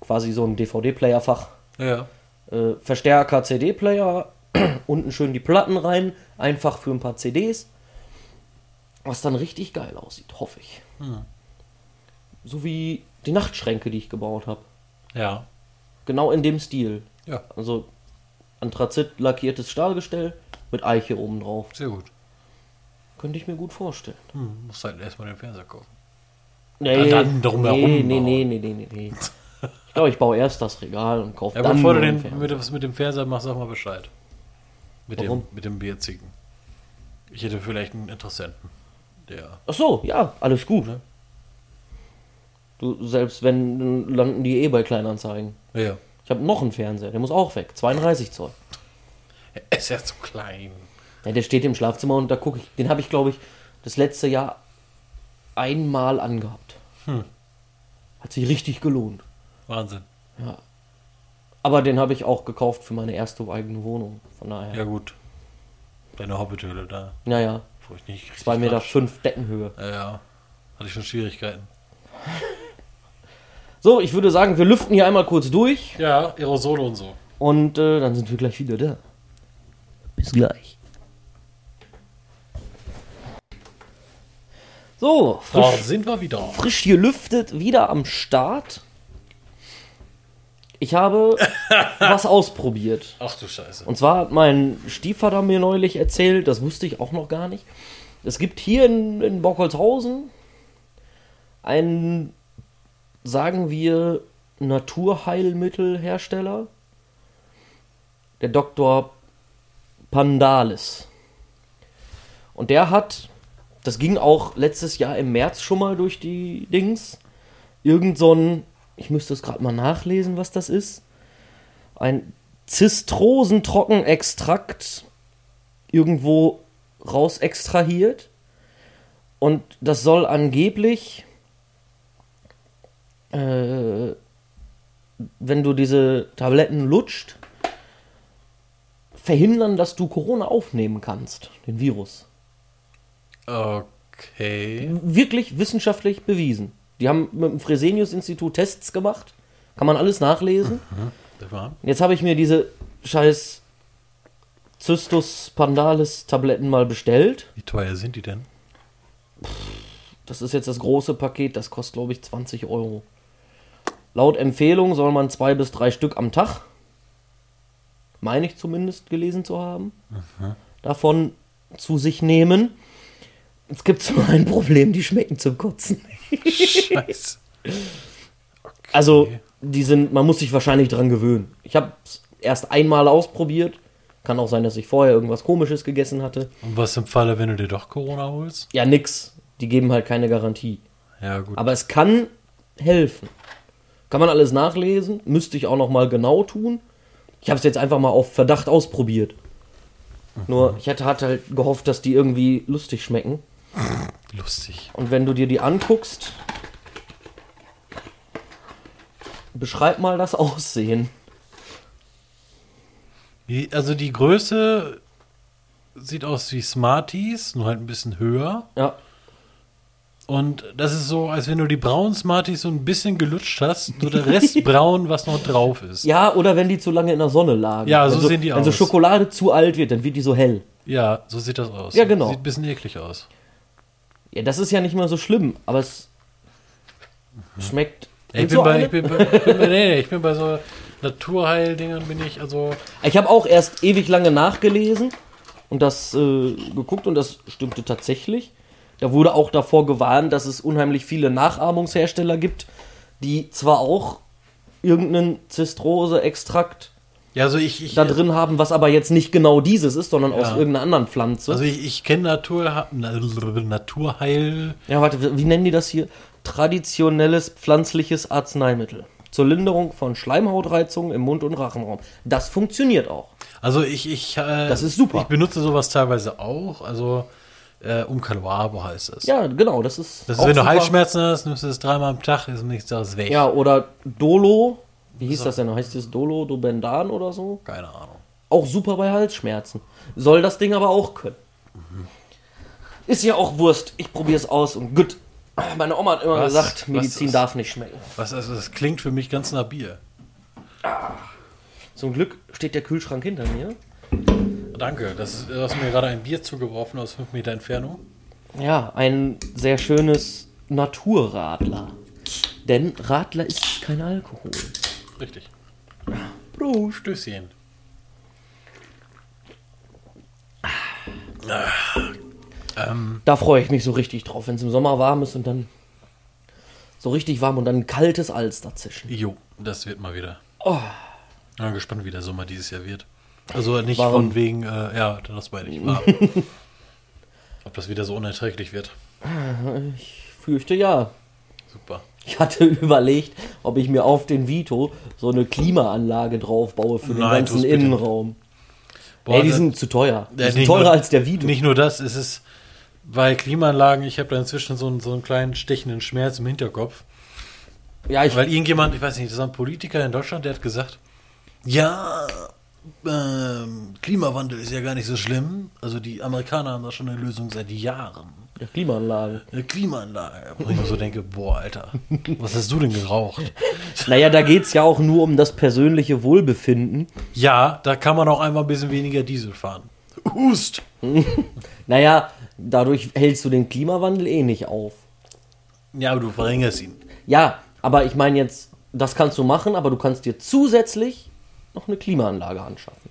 A: Quasi so ein DVD-Player-Fach.
C: Ja, ja.
A: Äh, Verstärker, CD-Player. unten schön die Platten rein. Einfach für ein paar CDs. Was dann richtig geil aussieht, hoffe ich.
C: Hm.
A: So wie die Nachtschränke, die ich gebaut habe.
C: Ja.
A: Genau in dem Stil.
C: Ja,
A: Also Anthrazit lackiertes Stahlgestell mit Eiche oben drauf.
C: sehr gut.
A: Könnte ich mir gut vorstellen.
C: Hm, musst halt erstmal den Fernseher kaufen.
A: Nee,
C: dann drumherum
A: nee, nee,
C: bauen.
A: nee, nee, nee, nee, nee. Ich glaube, ich baue erst das Regal und kaufe
C: Ja,
A: dann
C: bevor du
A: meinen
C: den,
A: Fernseher.
C: mit, was mit dem Fernseher machst, sag mal Bescheid. Mit
A: Warum?
C: dem, mit dem Bierzigen. Ich hätte vielleicht einen Interessenten, der
A: Ach so, ja, alles gut. ne? Du, selbst wenn, dann landen die eh bei Kleinanzeigen.
C: Ja, ja.
A: Ich habe noch einen Fernseher, der muss auch weg. 32 Zoll.
C: Er ist ja zu klein.
A: Ja, der steht im Schlafzimmer und da gucke ich. Den habe ich, glaube ich, das letzte Jahr einmal angehabt.
C: Hm.
A: Hat sich richtig gelohnt.
C: Wahnsinn.
A: Aber den habe ich auch gekauft für meine erste eigene Wohnung. Von daher.
C: Ja, gut. Deine Hobbithöhle da,
A: Naja,
C: wo ich nicht richtig.
A: 2,5 Meter
C: klatsch.
A: fünf Deckenhöhe.
C: Ja, ja. Hatte ich schon Schwierigkeiten.
A: So, ich würde sagen, wir lüften hier einmal kurz durch
C: Ja, Aerosole und so.
A: und äh, dann sind wir gleich wieder da. Bis gleich. So,
C: Da
A: frisch,
C: sind wir wieder.
A: frisch gelüftet, wieder am Start. Ich habe was ausprobiert.
C: Ach du Scheiße.
A: Und zwar hat mein Stiefvater mir neulich erzählt, das wusste ich auch noch gar nicht. Es gibt hier in, in Bockholzhausen einen, sagen wir, Naturheilmittelhersteller, der Dr. Pandalis. Und der hat, das ging auch letztes Jahr im März schon mal durch die Dings, irgend so ein, ich müsste es gerade mal nachlesen, was das ist, ein Zistrosentrockenextrakt irgendwo raus extrahiert. Und das soll angeblich, äh, wenn du diese Tabletten lutscht, verhindern, dass du Corona aufnehmen kannst, den Virus.
C: Okay.
A: Wirklich wissenschaftlich bewiesen. Die haben mit dem Fresenius-Institut Tests gemacht. Kann man alles nachlesen.
C: Das war.
A: Jetzt habe ich mir diese scheiß Cystus Pandalis Tabletten mal bestellt.
C: Wie teuer sind die denn?
A: Das ist jetzt das große Paket, das kostet glaube ich 20 Euro. Laut Empfehlung soll man zwei bis drei Stück am Tag, meine ich zumindest gelesen zu haben, davon zu sich nehmen. Es gibt so ein Problem, die schmecken zum Kotzen.
C: Scheiße.
A: Also, die sind, man muss sich wahrscheinlich dran gewöhnen. Ich habe es erst einmal ausprobiert. Kann auch sein, dass ich vorher irgendwas Komisches gegessen hatte.
C: Und was im Falle, wenn du dir doch Corona holst?
A: Ja, nix. Die geben halt keine Garantie.
C: Ja, gut.
A: Aber es kann helfen. Kann man alles nachlesen, müsste ich auch noch mal genau tun. Ich habe es jetzt einfach mal auf Verdacht ausprobiert.
C: Mhm.
A: Nur ich hatte, hatte halt gehofft, dass die irgendwie lustig schmecken.
C: Lustig.
A: Und wenn du dir die anguckst, beschreib mal das Aussehen.
C: Die- Also die Größe sieht aus wie Smarties, nur halt ein bisschen höher.
A: Ja,
C: Und das ist so, als wenn du die braunen Smarties so ein bisschen gelutscht hast, nur der Rest braun, was noch drauf ist.
A: ja oder wenn die zu lange in der Sonne lagen.
C: Ja,
A: Wenn
C: so sehen die
A: Wenn so
C: aus.
A: Schokolade zu alt wird, dann wird die so hell.
C: Ja, so sieht das aus.
A: Ja, genau.
C: Sieht ein bisschen eklig aus.
A: Ja, das ist ja nicht mal so schlimm, aber es schmeckt.
C: Ich
A: Und
C: bin,
A: so
C: bei,
A: eine-
C: ich, bin bei, ich, bin bei, nee, nee, ich bin bei so Naturheildingern, bin ich, also
A: Ich habe auch erst ewig lange nachgelesen und das äh, geguckt und das stimmte tatsächlich. Da wurde auch davor gewarnt, dass es unheimlich viele Nachahmungshersteller gibt, die zwar auch irgendeinen Zistrose-Extrakt
C: Ja, also ich, ich
A: da drin haben, was aber jetzt nicht genau dieses ist, sondern aus
C: Ja.
A: irgendeiner anderen Pflanze.
C: also ich, ich kenne Natur, Na- Naturheil.
A: ja, warte, wie nennen die das hier? Traditionelles pflanzliches Arzneimittel zur Linderung von Schleimhautreizungen im Mund- und Rachenraum. Das funktioniert auch.
C: Also ich, ich äh,
A: Das ist super.
C: Ich benutze sowas teilweise auch, also äh, um Kalwabo heißt es.
A: Ja, genau, das ist.
C: Das ist,
A: auch
C: wenn du
A: super.
C: Halsschmerzen hast, nimmst du das dreimal am Tag, ist nichts aus weg.
A: Ja, oder Dolo. Wie hieß das denn? noch? Heißt das Dolo Dobendan oder so?
C: Keine Ahnung.
A: Auch super bei Halsschmerzen. Soll das Ding aber auch können.
C: Mhm.
A: Ist ja auch Wurst. Ich probier's aus und gut. Meine Oma hat immer
C: Was?
A: gesagt,
C: Was
A: Medizin
C: ist-
A: darf nicht schmecken.
C: Was, also das klingt für mich ganz nach Bier.
A: Zum Glück steht der Kühlschrank hinter mir.
C: Danke, das ist, du hast mir gerade ein Bier zugeworfen aus 5 Meter Entfernung.
A: Ja, ein sehr schönes Naturradler. Denn Radler ist kein Alkohol.
C: Richtig. Bro, Stößchen.
A: Da freue ich mich so richtig drauf, wenn es im Sommer warm ist und dann so richtig warm und dann ein kaltes Eis dazwischen.
C: Jo, das wird mal wieder.
A: Oh.
C: Ja, gespannt, wie der Sommer dieses Jahr wird. Also nicht
A: Warum?
C: von wegen, äh, ja, das meine ich. War. Ob das wieder so unerträglich wird.
A: Ich fürchte ja.
C: Super.
A: Ich hatte überlegt, ob ich mir auf den Vito so eine Klimaanlage draufbaue für den
C: Nein,
A: ganzen
C: tu's bitte.
A: Innenraum.
C: Boah,
A: Ey, die
C: das-
A: sind zu teuer. Die
C: Ja,
A: sind
C: nicht
A: teurer
C: nur-
A: als der Vito.
C: Nicht nur das, es ist bei Klimaanlagen, ich habe da inzwischen so einen, so einen kleinen stechenden Schmerz im Hinterkopf.
A: ja, ich,
C: Weil irgendjemand, ich weiß nicht, das war ein Politiker in Deutschland, der hat gesagt, ja, ähm, Klimawandel ist ja gar nicht so schlimm. Also die Amerikaner haben da schon eine Lösung seit Jahren.
A: ja, Klimaanlage.
C: Eine Klimaanlage. Wo ich mir so denke, boah, Alter, was hast du denn geraucht?
A: Naja, da geht es ja auch nur um das persönliche Wohlbefinden.
C: Ja, da kann man auch einfach ein bisschen weniger Diesel fahren. Hust!
A: Naja, dadurch hältst du den Klimawandel eh nicht auf.
C: Ja, aber du verringerst ihn.
A: Ja, aber ich meine jetzt, das kannst du machen, aber du kannst dir zusätzlich noch eine Klimaanlage anschaffen.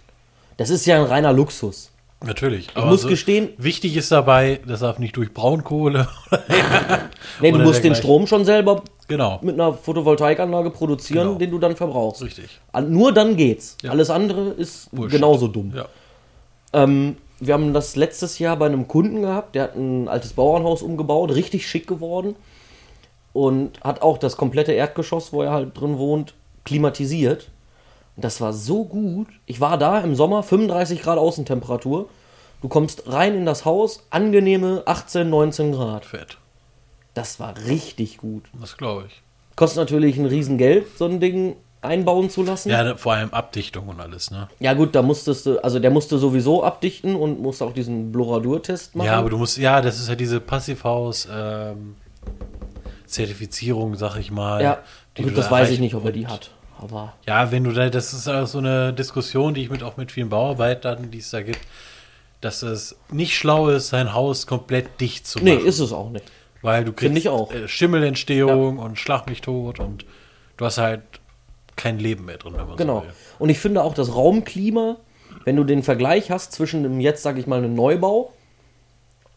A: Das ist ja ein reiner Luxus.
C: Natürlich. Ich
A: muss gestehen-
C: Wichtig ist dabei, das darf nicht durch Braunkohle.
A: Nee, du
C: Oder
A: musst den
C: dergleichen.
A: Strom schon selber
C: Genau.
A: mit einer Photovoltaikanlage produzieren,
C: Genau.
A: den du dann verbrauchst.
C: Richtig.
A: An- Nur dann geht's.
C: Ja.
A: Alles andere ist
C: Bullshit.
A: genauso dumm.
C: Ja.
A: Ähm, wir haben das letztes Jahr bei einem Kunden gehabt, der hat ein altes Bauernhaus umgebaut, richtig schick geworden und hat auch das komplette Erdgeschoss, wo er halt drin wohnt, klimatisiert. Das war so gut. Ich war da im Sommer, 35 Grad Außentemperatur. Du kommst rein in das Haus, angenehme 18, 19 Grad.
C: Fett.
A: Das war richtig gut.
C: Das glaube ich.
A: Kostet natürlich ein Riesengeld, so ein Ding einbauen zu lassen.
C: Ja, da- vor allem Abdichtung und alles, ne?
A: Ja, gut, da musstest du, also der musste sowieso abdichten und musste auch diesen Bloradur-Test machen.
C: Ja, aber du musst, ja, das ist ja diese Passivhaus ähm, Zertifizierung, sag ich mal.
A: Ja,
C: die
A: gut,
C: du
A: das
C: da
A: weiß ich
C: erreichen
A: nicht, ob er die
C: musst.
A: hat. Aber
C: Ja, wenn du da, das ist auch so eine Diskussion, die ich mit auch mit vielen Bauarbeitern, die es da gibt, dass es nicht schlau ist, sein Haus komplett dicht zu
A: nee,
C: machen.
A: ist es auch nicht.
C: Weil du kriegst
A: Finde ich auch.
C: äh, Schimmelentstehung und Schlag mich tot und du hast halt kein Leben mehr drin, wenn man
A: Genau.
C: so will.
A: Und ich finde auch das Raumklima, wenn du den Vergleich hast zwischen dem jetzt, sag ich mal, einem Neubau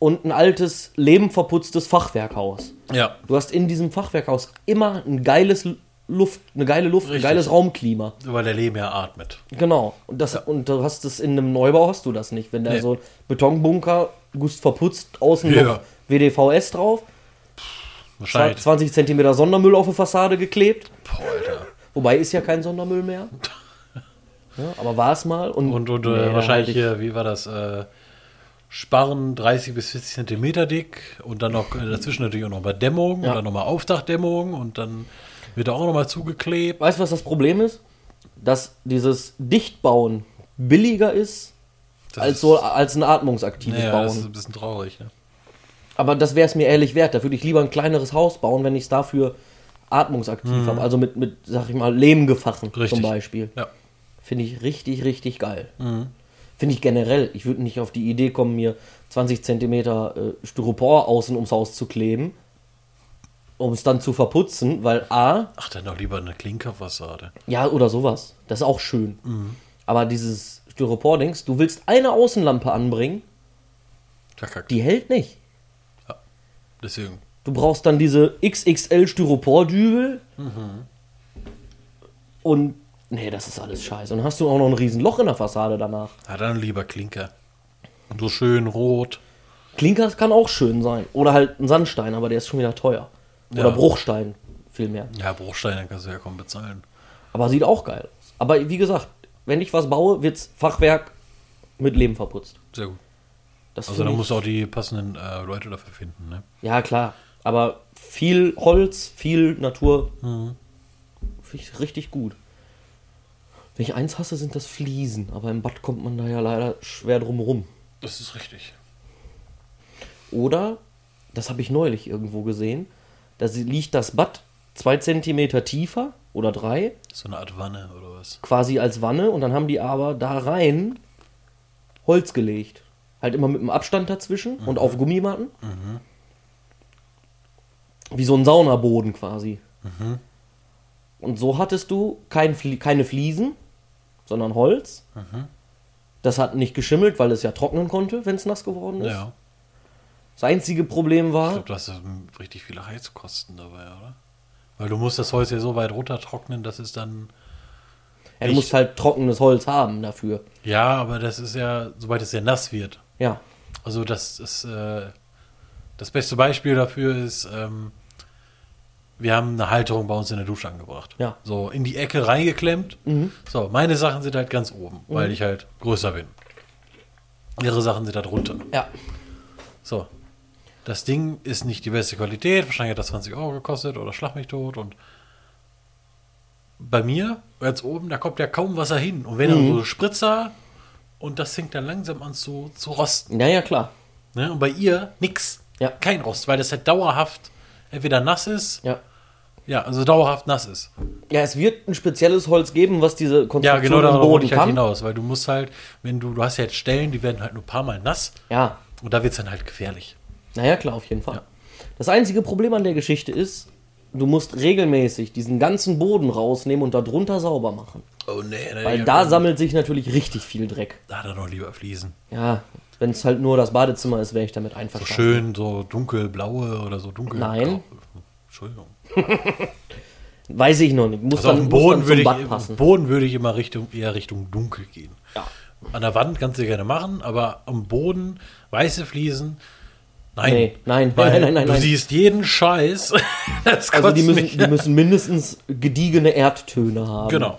A: und ein altes, lebenverputztes Fachwerkhaus.
C: Ja,
A: Du hast in diesem Fachwerkhaus immer ein geiles Lu- Luft, eine geile Luft,
C: Richtig.
A: ein geiles Raumklima.
C: weil der Leben ja atmet.
A: Genau. Und, das, und du hast das in einem Neubau hast du das nicht. Wenn da
C: Nee.
A: so ein Betonbunker, gust verputzt, außen
C: Ja.
A: noch WDVS drauf,
C: Wahrscheinlich.
A: 20 cm Sondermüll auf die Fassade geklebt.
C: Boah, Alter.
A: Wobei ist ja kein Sondermüll mehr. Ja, aber war es mal. Und,
C: Und, und
A: Nee,
C: äh,
A: da
C: wahrscheinlich
A: halte ich-
C: hier, wie war das? Äh, Sparren 30 bis 40 Zentimeter dick und dann noch äh, dazwischen natürlich auch nochmal Dämmung
A: Ja.
C: und dann nochmal Aufdachdämmung und dann wird da auch nochmal zugeklebt.
A: Weißt du, was das Problem ist? Dass dieses Dichtbauen billiger ist,
C: Das
A: als,
C: ist-
A: so, als ein atmungsaktives
C: naja,
A: Bauen.
C: das ist ein bisschen traurig. Ne?
A: Aber das wäre es mir ehrlich wert. Da würde ich lieber ein kleineres Haus bauen, wenn ich es dafür atmungsaktiv habe. Also mit, mit, sag ich mal, Lehm gefachen
C: Mhm.
A: zum
C: Richtig.
A: Beispiel.
C: Ja.
A: Finde ich richtig, richtig geil. Finde ich generell. Ich würde nicht auf die Idee kommen, mir 20 cm äh, Styropor außen ums Haus zu kleben, um es dann zu verputzen, weil A,
C: Ach, dann doch lieber eine Klinkerfassade.
A: ja, oder sowas. Das ist auch schön. Aber dieses Styropor-Dings, du willst eine Außenlampe anbringen,
C: Ja, kack.
A: die hält nicht.
C: Deswegen.
A: Du brauchst dann diese XXL Styropor-Dübel. Und nee, das ist alles scheiße. Und dann hast du auch noch ein riesen Loch in der Fassade danach.
C: Na dann lieber Klinker. Und so schön rot.
A: Klinker kann auch schön sein. Oder halt ein Sandstein, aber der ist schon wieder teuer. Oder
C: Ja.
A: Bruchstein, vielmehr.
C: Ja, Bruchsteine kannst du ja kaum bezahlen.
A: Aber sieht auch geil aus. Aber wie gesagt, wenn ich was baue, wird's Fachwerk mit Leben verputzt.
C: Sehr gut.
A: Das
C: Also
A: find
C: da
A: ich-
C: musst du auch die passenden äh, Leute dafür finden. Ne?
A: Ja, klar. Aber viel Holz, viel Natur.
C: Mhm.
A: Finde ich richtig gut. Wenn ich eins hasse, sind das Fliesen. Aber im Bad kommt man da ja leider schwer drum rum.
C: Das ist richtig.
A: Oder, das habe ich neulich irgendwo gesehen, da sie- liegt das Bad zwei Zentimeter tiefer oder drei,
C: So eine Art Wanne oder was?
A: quasi als Wanne. Und dann haben die aber da rein Holz gelegt. Halt immer mit einem Abstand dazwischen und auf Gummimatten. Wie so ein Saunaboden quasi. Und so hattest du kein, Flie- keine Fliesen, sondern Holz. Das hat nicht geschimmelt, weil es ja trocknen konnte, wenn es nass geworden ist.
C: Ja.
A: Das einzige Problem
C: Ich
A: war,
C: glaube, du hast ähm, richtig viele Heizkosten dabei, oder? Weil du musst das Holz ja so weit runtertrocknen, dass es dann.
A: ja, du musst halt trockenes Holz haben dafür.
C: Ja, aber das ist ja, sobald es ja nass wird.
A: Ja,
C: Also das ist äh, das beste Beispiel dafür ist, ähm, wir haben eine Halterung bei uns in der Dusche angebracht.
A: Ja.
C: So in die Ecke reingeklemmt. So, meine Sachen sind halt ganz oben, weil ich halt größer bin. Ihre Sachen sind halt runter.
A: ja.
C: So. Das Ding ist nicht die beste Qualität, wahrscheinlich hat das 20 Euro gekostet oder schlag mich tot und bei mir, ganz oben, da kommt ja kaum Wasser hin. Und wenn dann so Spritzer und das fängt dann langsam an zu, zu rosten.
A: Naja, klar.
C: Ne? Und bei ihr nix.
A: Ja.
C: Kein Rost, weil das halt dauerhaft entweder nass ist, ja,
A: Ja.
C: also dauerhaft nass ist.
A: Ja, es wird ein spezielles Holz geben, was diese
C: Ja,
A: Konstruktion
C: genau
A: im
C: darauf wollte
A: Boden
C: ich halt
A: kann.
C: hinaus, weil du musst halt, wenn du, du hast ja jetzt Stellen, die werden halt nur ein paar Mal nass
A: Ja,
C: und da wird es dann halt gefährlich.
A: naja, klar, auf jeden Fall.
C: Ja.
A: Das einzige Problem an der Geschichte ist, du musst regelmäßig diesen ganzen Boden rausnehmen und darunter sauber machen.
C: Oh nee, nee
A: Weil
C: ja,
A: da
C: komm,
A: sammelt sich natürlich richtig viel Dreck.
C: da dann noch lieber Fliesen.
A: Ja, wenn es halt nur das Badezimmer ist, wäre ich damit
C: So
A: einverstanden.
C: schön, so dunkelblaue oder so dunkel.
A: Nein.
C: Entschuldigung.
A: Weiß ich noch nicht. Muss
C: Also auf
A: dann,
C: dem
A: muss
C: Boden
A: dann zum
C: würde ich,
A: Bad
C: auf dem
A: passen.
C: Boden würde ich immer Richtung, eher Richtung dunkel gehen.
A: Ja.
C: An der Wand kannst du gerne machen, aber am Boden weiße Fliesen. Nein,
A: Nee, nein,
C: Weil
A: nein, nein, nein,
C: Du
A: nein.
C: siehst jeden Scheiß. Das
A: Also die
C: kotzt
A: müssen,
C: mich
A: die müssen mindestens gediegene Erdtöne haben.
C: Genau.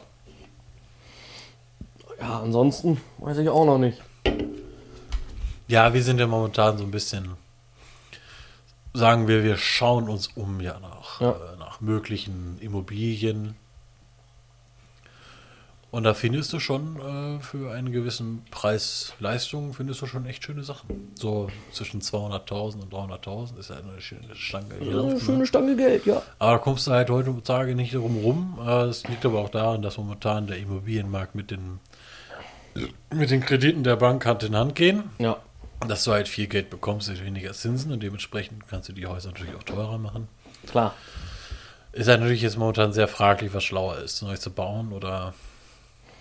A: Ja, ansonsten weiß ich auch noch nicht.
C: Ja, wir sind ja momentan so ein bisschen, sagen wir, wir schauen uns um ja nach,
A: Ja.
C: Äh, nach möglichen Immobilien. Und da findest du schon äh, für einen gewissen Preis-Leistung, findest du schon echt schöne Sachen. So zwischen 200.000 und 300.000 ist ja eine schöne Stange. Geld,
A: Eine
C: ne?
A: schöne Stange Geld, ja.
C: Aber da kommst du halt heutzutage nicht drum rum. Äh, Es liegt aber auch daran, dass momentan der Immobilienmarkt mit den, mit den Krediten der Bank Hand in Hand gehen.
A: Ja.
C: Dass du halt viel Geld bekommst durch weniger Zinsen und dementsprechend kannst du die Häuser natürlich auch teurer machen.
A: Klar.
C: Ist halt natürlich jetzt momentan sehr fraglich, was schlauer ist, neu zu bauen oder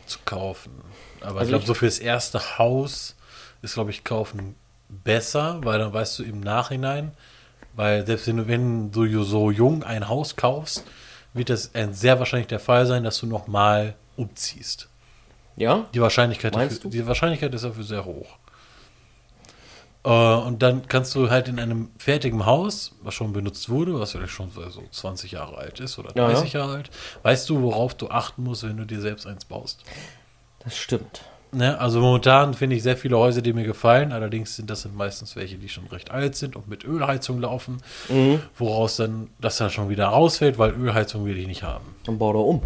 C: zu kaufen. Aber
A: Also
C: ich glaube,
A: ich-
C: so fürs erste Haus ist, glaube ich, kaufen besser, weil dann weißt du im Nachhinein, weil selbst wenn du, wenn du ju- so jung ein Haus kaufst, wird das ein sehr wahrscheinlich der Fall sein, dass du nochmal umziehst.
A: Ja?
C: Die Wahrscheinlichkeit,
A: Meinst
C: dafür,
A: du?
C: die Wahrscheinlichkeit ist dafür sehr hoch. Äh, und dann kannst du halt in einem fertigen Haus, was schon benutzt wurde, was vielleicht schon so so 20 Jahre alt ist oder
A: Ja, ja.
C: 30 Jahre alt, weißt du, worauf du achten musst, wenn du dir selbst eins baust.
A: Das stimmt.
C: Ne? Also momentan finde ich sehr viele Häuser, die mir gefallen. Allerdings sind das sind meistens welche, die schon recht alt sind und mit Ölheizung laufen,
A: Mhm.
C: woraus dann das dann schon wieder rausfällt, weil Ölheizung will ich nicht haben.
A: Dann bau doch um.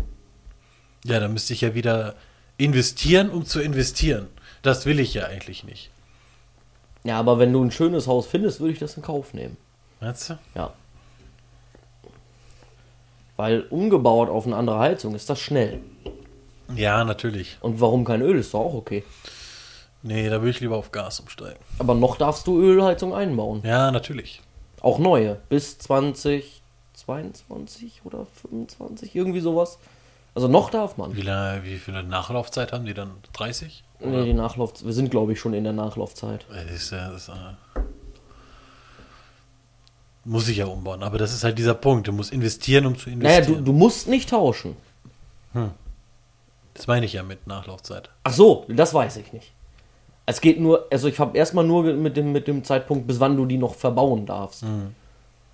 C: Ja, dann müsste ich ja wieder investieren, um zu investieren. Das will ich ja eigentlich nicht.
A: Ja, aber wenn du ein schönes Haus findest, würde ich das in Kauf nehmen.
C: Meinst du?
A: Ja. Weil umgebaut auf eine andere Heizung ist das schnell.
C: Ja, natürlich.
A: Und warum kein Öl? Ist doch auch okay.
C: Nee, da würde ich lieber auf Gas umsteigen.
A: Aber noch darfst du Ölheizung einbauen.
C: Ja, natürlich.
A: Auch neue. Bis 2022 oder 25, irgendwie sowas. Also noch darf man.
C: Wie, lange, wie viel Nachlaufzeit haben die dann? 30?
A: Nee, die Nachlauf, wir sind, glaube ich, schon in der Nachlaufzeit.
C: Das ist, ja- das ist, äh, muss ich ja umbauen. Aber das ist halt dieser Punkt. Du musst investieren, um zu
A: Naja,
C: investieren.
A: du, du musst nicht tauschen.
C: das meine ich ja mit Nachlaufzeit.
A: Ach so, das weiß ich nicht. Es geht nur, also ich habe erstmal nur ge- mit dem, mit dem Zeitpunkt, bis wann du die noch verbauen darfst. Und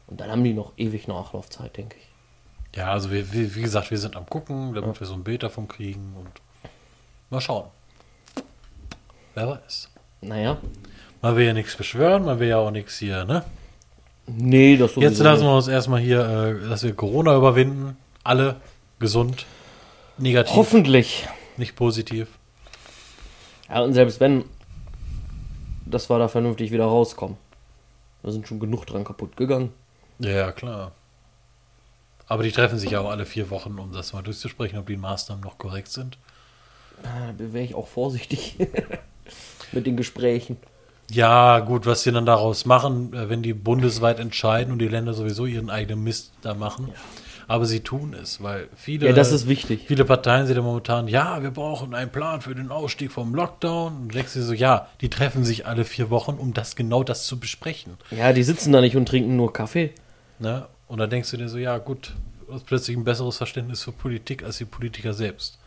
A: dann haben die noch ewig Nachlaufzeit, denke ich.
C: Ja, also wir, wie, wie gesagt, wir sind am gucken, damit wir so ein Bild davon kriegen und mal schauen. Wer weiß.
A: Naja.
C: Man will ja nichts beschwören, man will ja auch nichts hier, ne?
A: Nee, das sowieso
C: Jetzt lassen
A: nicht.
C: wir uns erstmal hier, äh, dass wir Corona überwinden. Alle gesund, negativ,
A: Hoffentlich.
C: nicht positiv.
A: Ja, und selbst wenn, dass wir da vernünftig wieder rauskommen. Da sind schon genug dran kaputt gegangen.
C: Ja, klar. Aber die treffen sich ja auch alle vier Wochen, um das mal durchzusprechen, ob die Maßnahmen noch korrekt sind.
A: Ah, Da wäre ich auch vorsichtig mit den Gesprächen.
C: Ja, gut, was sie dann daraus machen, äh, wenn die bundesweit entscheiden und die Länder sowieso ihren eigenen Mist da machen. Aber sie tun es, weil viele,
A: Ja, das ist wichtig.
C: viele Parteien sind ja momentan, ja, wir brauchen einen Plan für den Ausstieg vom Lockdown. Und denkst du dir so, ja, die treffen sich alle vier Wochen, um das genau das zu besprechen.
A: Ja, die sitzen da nicht und trinken nur Kaffee.
C: Ne? Und dann denkst du dir so, ja, gut, du hast plötzlich ein besseres Verständnis für Politik als die Politiker selbst.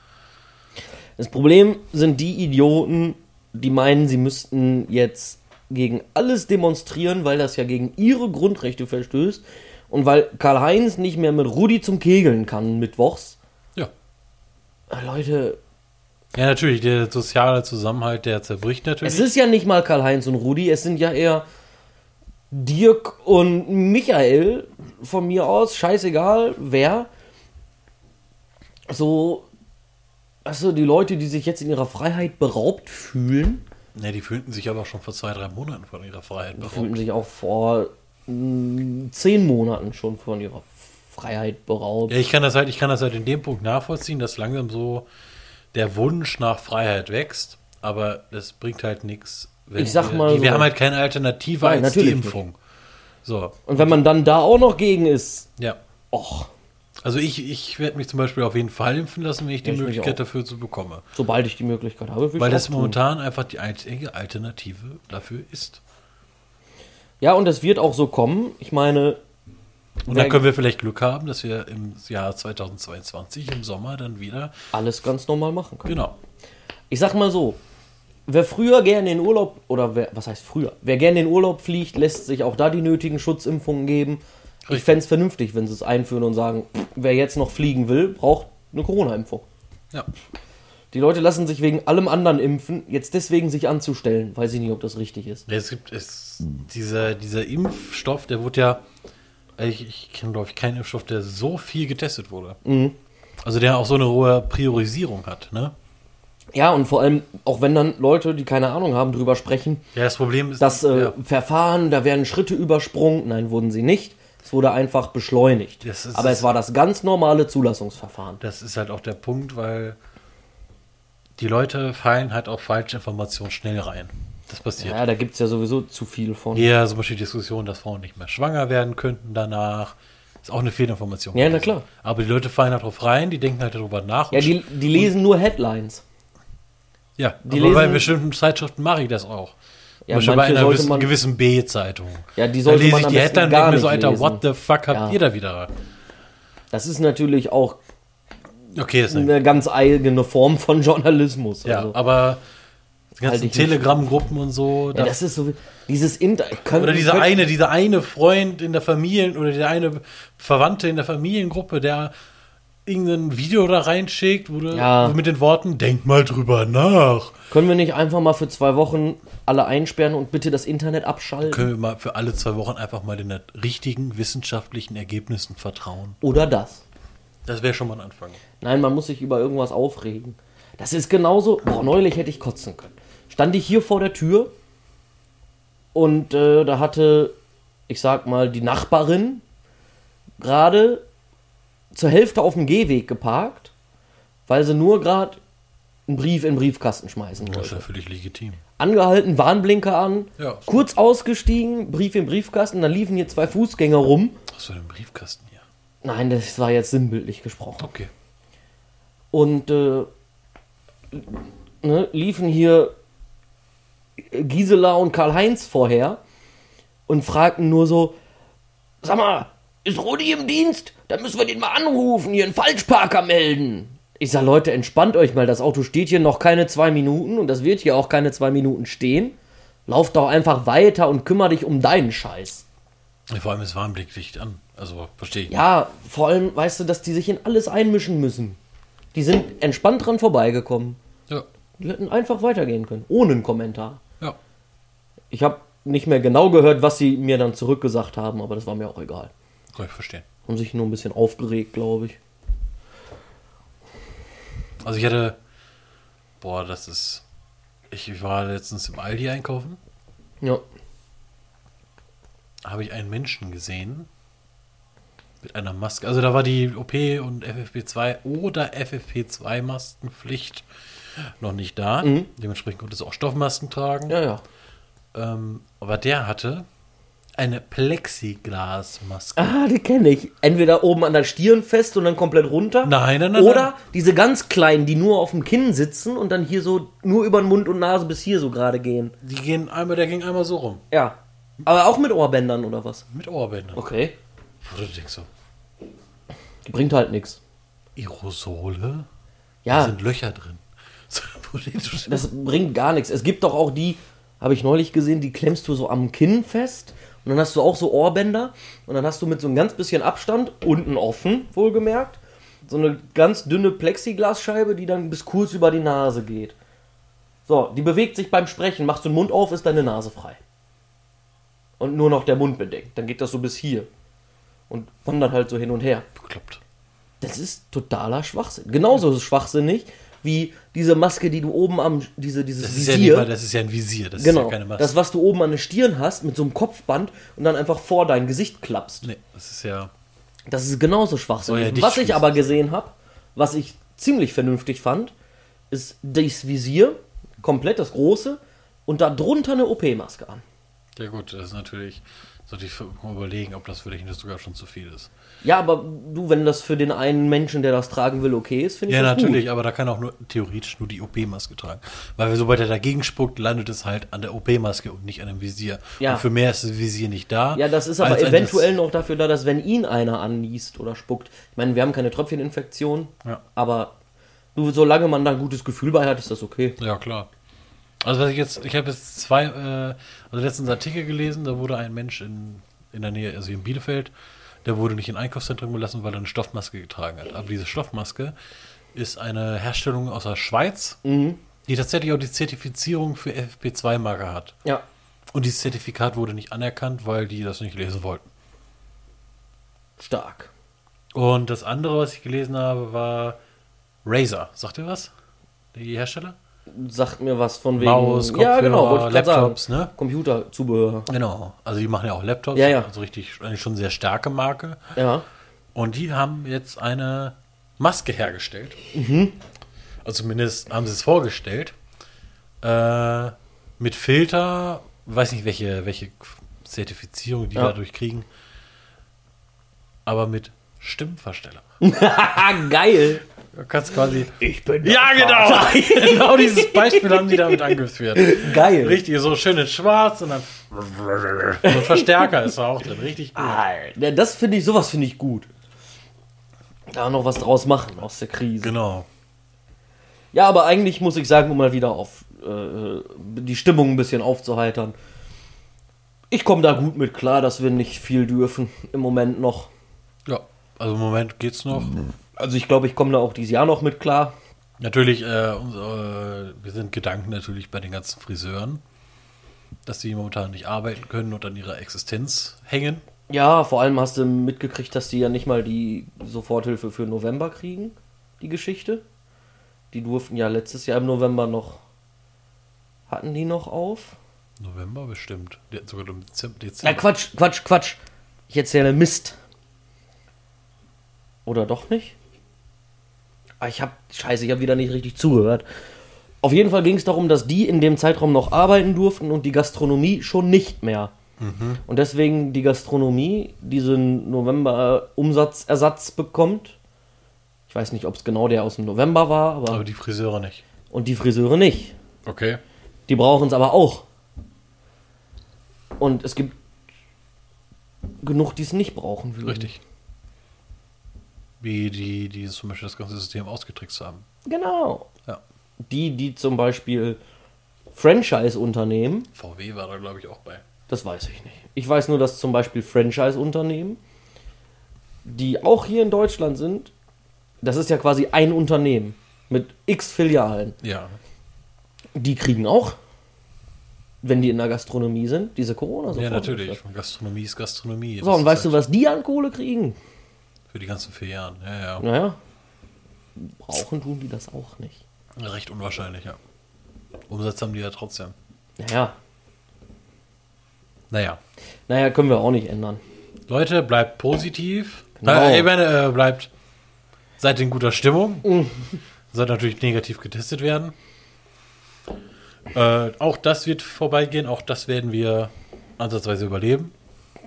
A: Das Problem sind die Idioten, die meinen, sie müssten jetzt gegen alles demonstrieren, weil das ja gegen ihre Grundrechte verstößt und weil Karl-Heinz nicht mehr mit Rudi zum Kegeln kann mittwochs.
C: Ja.
A: Äh, Leute,
C: Ja, natürlich, der soziale Zusammenhalt, der zerbricht natürlich.
A: es ist ja nicht mal Karl-Heinz und Rudi, es sind ja eher Dirk und Michael von mir aus, scheißegal wer. So, also die Leute, die sich jetzt in ihrer Freiheit beraubt fühlen.
C: Ne, die fühlten sich aber schon vor zwei, drei Monaten von ihrer Freiheit
A: fühlten
C: beraubt.
A: sich auch vor mm, zehn Monaten schon von ihrer Freiheit beraubt.
C: Ja, ich kann das halt, ich kann das halt in dem Punkt nachvollziehen, dass langsam so der Wunsch nach Freiheit wächst, aber das bringt halt nichts. wenn
A: Ich sag
C: wir,
A: mal
C: die, wir
A: so.
C: haben halt keine Alternative
A: Nein,
C: als die
A: natürlich
C: Impfung. So,
A: Und wenn man dann da auch noch gegen ist,
C: ja.
A: och,
C: Also ich, ich werde mich zum Beispiel auf jeden Fall impfen lassen, wenn ich die
A: Ja, ich mich auch.
C: Möglichkeit dafür zu bekomme.
A: sobald ich die Möglichkeit habe, will
C: Weil
A: ich
C: das
A: auch tun.
C: momentan einfach die einzige Alternative dafür ist.
A: Ja, und das wird auch so kommen. Ich meine,
C: Und
A: Wer-
C: dann können wir vielleicht Glück haben, dass wir im Jahr 2022 im Sommer dann wieder.
A: alles ganz normal machen können.
C: Genau.
A: Ich sag mal so, wer früher gerne in Urlaub, oder wer, was heißt früher, wer gerne in Urlaub fliegt, lässt sich auch da die nötigen Schutzimpfungen geben. Ich
C: Richtig.
A: fänd's vernünftig, wenn sie es einführen und sagen, pff, wer jetzt noch fliegen will, braucht eine Corona-Impfung.
C: Ja.
A: Die Leute lassen sich wegen allem anderen impfen, jetzt deswegen sich anzustellen. Weiß ich nicht, ob das richtig ist.
C: Es gibt es, dieser, dieser Impfstoff, der wurde ja. Ich, ich kenne, glaube ich, keinen Impfstoff, der so viel getestet wurde.
A: Mhm.
C: Also der auch so eine hohe Priorisierung hat, ne?
A: Ja, und vor allem, auch wenn dann Leute, die keine Ahnung haben, drüber sprechen,
C: Ja, das Problem ist.
A: das äh,
C: ja,
A: Verfahren, da werden Schritte übersprungen. Nein, wurden sie nicht. Es wurde einfach beschleunigt.
C: Das ist-
A: Aber es war das ganz normale Zulassungsverfahren.
C: das ist halt auch der Punkt, weil die Leute fallen halt auf falsche Informationen schnell rein. Das passiert.
A: Ja, da gibt es ja sowieso zu viel von.
C: Ja, zum Beispiel die Diskussion, dass Frauen nicht mehr schwanger werden könnten danach. Ist auch eine Fehlinformation.
A: Ja, na
C: gewesen.
A: klar.
C: Aber die Leute fallen da drauf rein, die denken halt darüber nach.
A: Ja,
C: und
A: die, die lesen nur Headlines.
C: ja
A: die
C: aber bei
A: lesen-
C: bestimmten Zeitschriften mache ich das auch.
A: Ja,
C: Ja, Beispiel bei
A: manche
C: einer
A: sollte
C: gewissen,
A: man-
C: gewissen B-Zeitung.
A: Ja, die
C: Da
A: sollte
C: lese
A: man
C: ich
A: am
C: die
A: besten
C: Headline und
A: gar
C: denke mir
A: nicht
C: so, Alter,
A: lesen.
C: what the fuck habt
A: Ja.
C: ihr da wieder?
A: Das ist natürlich auch
C: Okay, ist nicht.
A: eine ganz eigene Form von Journalismus. also.
C: Ja, aber die
A: Halte
C: ganzen
A: ich nicht.
C: Telegram-Gruppen und so.
A: ja,
C: da-
A: das ist so wie- dieses Inter. Können,
C: Oder dieser
A: können-
C: eine, dieser eine Freund in der Familien oder der eine Verwandte in der Familiengruppe, der irgendein Video da reinschickt, wo du
A: Ja.
C: wo mit den Worten, denk mal drüber nach.
A: Können wir nicht einfach mal für zwei Wochen alle einsperren und bitte das Internet abschalten?
C: Können wir mal für alle zwei Wochen einfach mal den richtigen wissenschaftlichen Ergebnissen vertrauen.
A: Oder das?
C: Das wäre schon mal ein Anfang.
A: Nein, man muss sich über irgendwas aufregen. Das ist genauso. Boah, neulich hätte ich kotzen können. Stand ich hier vor der Tür und äh, da hatte, ich sag mal, die Nachbarin gerade zur Hälfte auf dem Gehweg geparkt, weil sie nur gerade einen Brief in den Briefkasten schmeißen
C: Das ist ja
A: wollte.
C: völlig legitim.
A: Angehalten, Warnblinker an,
C: Ja.
A: kurz ausgestiegen, Brief im Briefkasten, dann liefen hier zwei Fußgänger rum.
C: Was für ein Briefkasten hier?
A: Nein, das war jetzt sinnbildlich gesprochen.
C: Okay.
A: und äh, ne, liefen hier Gisela und Karl-Heinz vorher und fragten nur so, sag mal, ist Rudi im Dienst? Dann müssen wir den mal anrufen, hier einen Falschparker melden. Ich sag, Leute, entspannt euch mal, das Auto steht hier noch keine zwei Minuten und das wird hier auch keine zwei Minuten stehen. Lauf doch einfach weiter und kümmere dich um deinen Scheiß.
C: Vor allem ist Warnblicklicht an. Also verstehe ich.
A: Ja, vor allem weißt du, dass die sich in alles einmischen müssen. Die sind entspannt dran vorbeigekommen.
C: Ja.
A: Die hätten einfach weitergehen können, ohne einen Kommentar.
C: ja.
A: Ich habe nicht mehr genau gehört, was sie mir dann zurückgesagt haben, aber das war mir auch egal.
C: Kann ich verstehen.
A: Haben sich nur ein bisschen aufgeregt, glaube ich.
C: Also ich hatte, boah, das ist, ich ich war letztens im Aldi einkaufen,
A: Ja.
C: habe ich einen Menschen gesehen mit einer Maske. Also da war die OP und FFP2 oder FFP2-Maskenpflicht noch nicht da. Dementsprechend konnte es auch Stoffmasken tragen.
A: Mhm. Ja, ja.
C: Ähm, aber der hatte eine Plexiglasmaske.
A: Ah, die kenne ich. Entweder oben an der Stirn fest und dann komplett runter.
C: Nein, nein, nein,
A: Oder
C: nein.
A: diese ganz kleinen, die nur auf dem Kinn sitzen und dann hier so nur über den Mund und Nase bis hier so gerade gehen.
C: Die gehen einmal, der ging einmal so rum.
A: Ja. Aber auch mit Ohrbändern oder was?
C: Mit Ohrbändern.
A: Okay.
C: Wo du denkst so,
A: Die bringt halt nichts.
C: Aerosole? Da
A: Ja,
C: sind Löcher drin. So, wo du denkst,
A: Das bringt gar nichts. Es gibt doch auch die, habe ich neulich gesehen, die klemmst du so am Kinn fest und dann hast du auch so Ohrbänder und dann hast du mit so ein ganz bisschen Abstand, unten offen, wohlgemerkt, so eine ganz dünne Plexiglasscheibe, die dann bis kurz über die Nase geht. So, die bewegt sich beim Sprechen, machst du den Mund auf, ist deine Nase frei. Und nur noch der Mund bedeckt. Dann geht das so bis hier. Und wandert halt so hin und her.
C: Bekloppt.
A: Das ist totaler Schwachsinn. Genauso ist es schwachsinnig wie diese Maske, die du oben am diese dieses
C: Das ist, ja nicht
A: Visier.
C: mal, das ist ja ein Visier, das
A: genau.
C: ist ja keine Maske.
A: das was du oben an der Stirn hast mit so einem Kopfband und dann einfach vor dein Gesicht klappst.
C: nee, das ist ja.
A: Das ist genauso
C: Soll ja
A: schwachsinnig.
C: dicht
A: was ich
C: schließen.
A: aber gesehen habe, was ich ziemlich vernünftig fand, ist das Visier komplett das große und darunter eine OP-Maske an.
C: Ja, gut, das ist natürlich. Sollte ich mal überlegen, ob das für dich nicht sogar schon zu viel ist.
A: Ja, aber du, wenn das für den einen Menschen, der das tragen will, okay ist, finde ich
C: Ja,
A: das
C: natürlich,
A: gut.
C: aber da kann auch nur theoretisch nur die OP-Maske tragen. Weil sobald er dagegen spuckt, landet es halt an der OP-Maske und nicht an dem Visier.
A: Ja.
C: Und für mehr ist das Visier nicht da.
A: Ja, das ist aber
C: als ein-
A: eventuell noch dafür da, dass wenn ihn einer anniest oder spuckt. Ich meine, wir haben keine Tröpfcheninfektion,
C: Ja.
A: aber du, solange man da ein gutes Gefühl bei hat, ist das okay.
C: Ja, klar. Also was ich jetzt, ich habe jetzt zwei, äh, also letztens einen Artikel gelesen, da wurde ein Mensch in, in der Nähe, also hier in Bielefeld, der wurde nicht in ein Einkaufszentrum gelassen, weil er eine Stoffmaske getragen hat. Aber diese Stoffmaske ist eine Herstellung aus der Schweiz, die tatsächlich auch die Zertifizierung für FP2-Marke hat.
A: Ja.
C: Und dieses Zertifikat wurde nicht anerkannt, weil die das nicht lesen wollten.
A: Stark.
C: Und das andere, was ich gelesen habe, war Razer. Sagt ihr was? Die Hersteller?
A: Sagt mir was von wegen.
C: Maus,
A: ja,
C: Kopfhörer,
A: genau, wollte ich grad
C: Laptops,
A: sagen.
C: ne?
A: Computerzubehör.
C: Genau. Also die machen ja auch Laptops.
A: Ja, ja.
C: Also richtig, eigentlich schon sehr starke Marke.
A: Ja.
C: Und die haben jetzt eine Maske hergestellt.
A: Mhm.
C: Also zumindest haben sie es vorgestellt. Äh, mit Filter, weiß nicht, welche, welche Zertifizierung die
A: Ja.
C: dadurch kriegen. Aber mit Stimmversteller.
A: Ah, geil.
C: Du kannst quasi.
A: Ich bin.
C: Ja, genau! genau dieses Beispiel haben die damit angeführt.
A: Geil.
C: Richtig, so schön in schwarz und dann. Und Verstärker ist da auch drin. Richtig gut.
A: Alter, das finde ich, sowas finde ich gut. Da noch was draus machen aus der Krise.
C: Genau.
A: Ja, aber eigentlich muss ich sagen, um mal wieder auf äh, die Stimmung ein bisschen aufzuheitern. Ich komme da gut mit klar, dass wir nicht viel dürfen im Moment noch.
C: Ja. Also im Moment geht's noch.
A: Also ich glaube, ich komme da auch dieses Jahr noch mit klar.
C: Natürlich, äh, unsere, äh, wir sind Gedanken natürlich bei den ganzen Friseuren, dass die momentan nicht arbeiten können und an ihrer Existenz hängen.
A: Ja, vor allem hast du mitgekriegt, dass die ja nicht mal die Soforthilfe für November kriegen, die Geschichte. Die durften ja letztes Jahr im November noch. Hatten die noch auf?
C: November bestimmt. Die hatten sogar im Dezember.
A: Na
C: Dezember.
A: Äh, Quatsch, Quatsch, Quatsch. Ich erzähle Mist. Oder doch nicht? Ah, ich hab. Scheiße, ich hab wieder nicht richtig zugehört. Auf jeden Fall ging es darum, dass die in dem Zeitraum noch arbeiten durften und die Gastronomie schon nicht mehr. Und deswegen die Gastronomie diesen November-Umsatzersatz bekommt. Ich weiß nicht, ob es genau der aus dem November war, aber.
C: Aber die Friseure nicht.
A: Und die Friseure nicht.
C: Okay.
A: Die brauchen es aber auch. Und es gibt genug, die es nicht brauchen würden.
C: Mhm. Richtig. Wie die, die zum Beispiel das ganze System ausgetrickst haben.
A: Genau.
C: Ja.
A: Die, die zum Beispiel Franchise-Unternehmen,
C: VW war da, glaube ich, auch bei.
A: das weiß ich nicht. Ich weiß nur, dass zum Beispiel Franchise-Unternehmen, die auch hier in Deutschland sind, das ist ja quasi ein Unternehmen mit x Filialen.
C: Ja.
A: Die kriegen auch, wenn die in der Gastronomie sind, diese corona
C: Ja, natürlich. Gastronomie ist Gastronomie.
A: So,
C: Das
A: und
C: ist
A: weißt du,
C: halt
A: was die an Kohle kriegen?
C: Für die ganzen vier Jahre. Ja, ja.
A: Naja, brauchen tun die das auch nicht.
C: Recht unwahrscheinlich, ja. Umsatz haben die ja trotzdem.
A: Naja,
C: Naja.
A: naja, können wir auch nicht ändern.
C: Leute, bleibt positiv.
A: Genau.
C: Äh, ich meine, äh, bleibt, seid in guter
A: Mhm.
C: Stimmung. Sollt natürlich negativ getestet werden. Äh, auch das wird vorbeigehen, auch das werden wir ansatzweise überleben.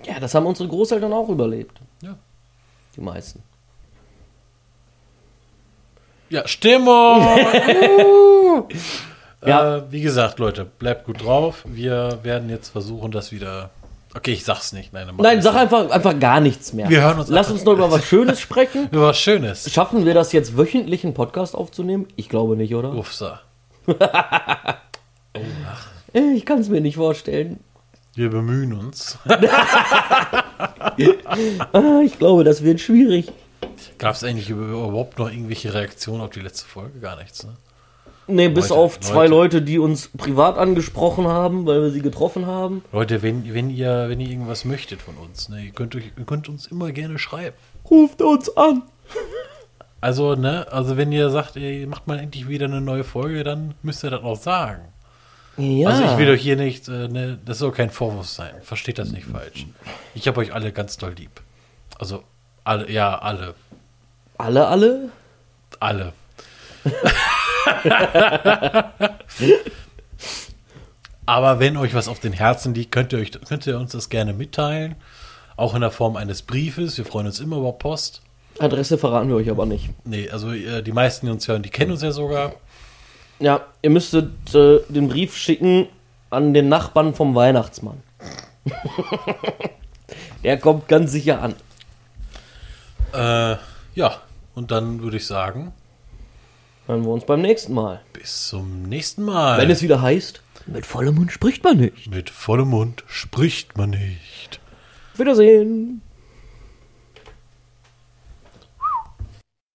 A: Ja, das haben unsere Großeltern auch überlebt,
C: Ja,
A: die meisten.
C: ja Stimmung!
A: Ja.
C: äh, wie gesagt, Leute, bleibt gut drauf. Wir werden jetzt versuchen, das wieder. Okay, ich sag's nicht. Nein, dann machen
A: Nein,
C: wir's
A: sag
C: nicht.
A: einfach, einfach gar nichts mehr.
C: Wir hören uns
A: Lass
C: ab.
A: uns noch über was Schönes sprechen.
C: Über was Schönes.
A: Schaffen wir das jetzt wöchentlich einen Podcast aufzunehmen? Ich glaube nicht, oder?
C: Ufsa.
A: Äh, Ich kann es mir nicht vorstellen.
C: Wir bemühen uns.
A: Ah, ich glaube, das wird schwierig.
C: Gab es eigentlich über- überhaupt noch irgendwelche Reaktionen auf die letzte Folge? Gar nichts, ne?
A: Nee, bis
C: Leute,
A: auf zwei
C: Leute.
A: Leute, die uns privat angesprochen haben, weil wir sie getroffen haben.
C: Leute, wenn, wenn, ihr, wenn ihr irgendwas möchtet von uns, ne, ihr, könnt euch, ihr könnt uns immer gerne schreiben.
A: Ruft uns an.
C: Also, ne, also wenn ihr sagt, ihr macht mal endlich wieder eine neue Folge, dann müsst ihr das auch sagen.
A: Ja.
C: Also ich will euch hier nicht, äh, ne, das soll kein Vorwurf sein. Versteht das nicht falsch. Ich habe euch alle ganz doll lieb. Also, alle, ja, alle.
A: alle, alle?
C: Alle. Aber wenn euch was auf den Herzen liegt, könnt ihr, euch, könnt ihr uns das gerne mitteilen. Auch in der Form eines Briefes. Wir freuen uns immer über Post.
A: Adresse verraten wir euch aber nicht.
C: Nee, also äh, die meisten, die uns hören, die kennen uns ja sogar.
A: Ja, ihr müsstet äh, den Brief schicken an den Nachbarn vom Weihnachtsmann. Der kommt ganz sicher an.
C: Äh, ja, und dann würde ich sagen,
A: Hören wir uns beim nächsten Mal.
C: bis zum nächsten Mal.
A: Wenn es wieder heißt, mit vollem Mund spricht man nicht.
C: Mit vollem Mund spricht man nicht.
A: Auf Wiedersehen.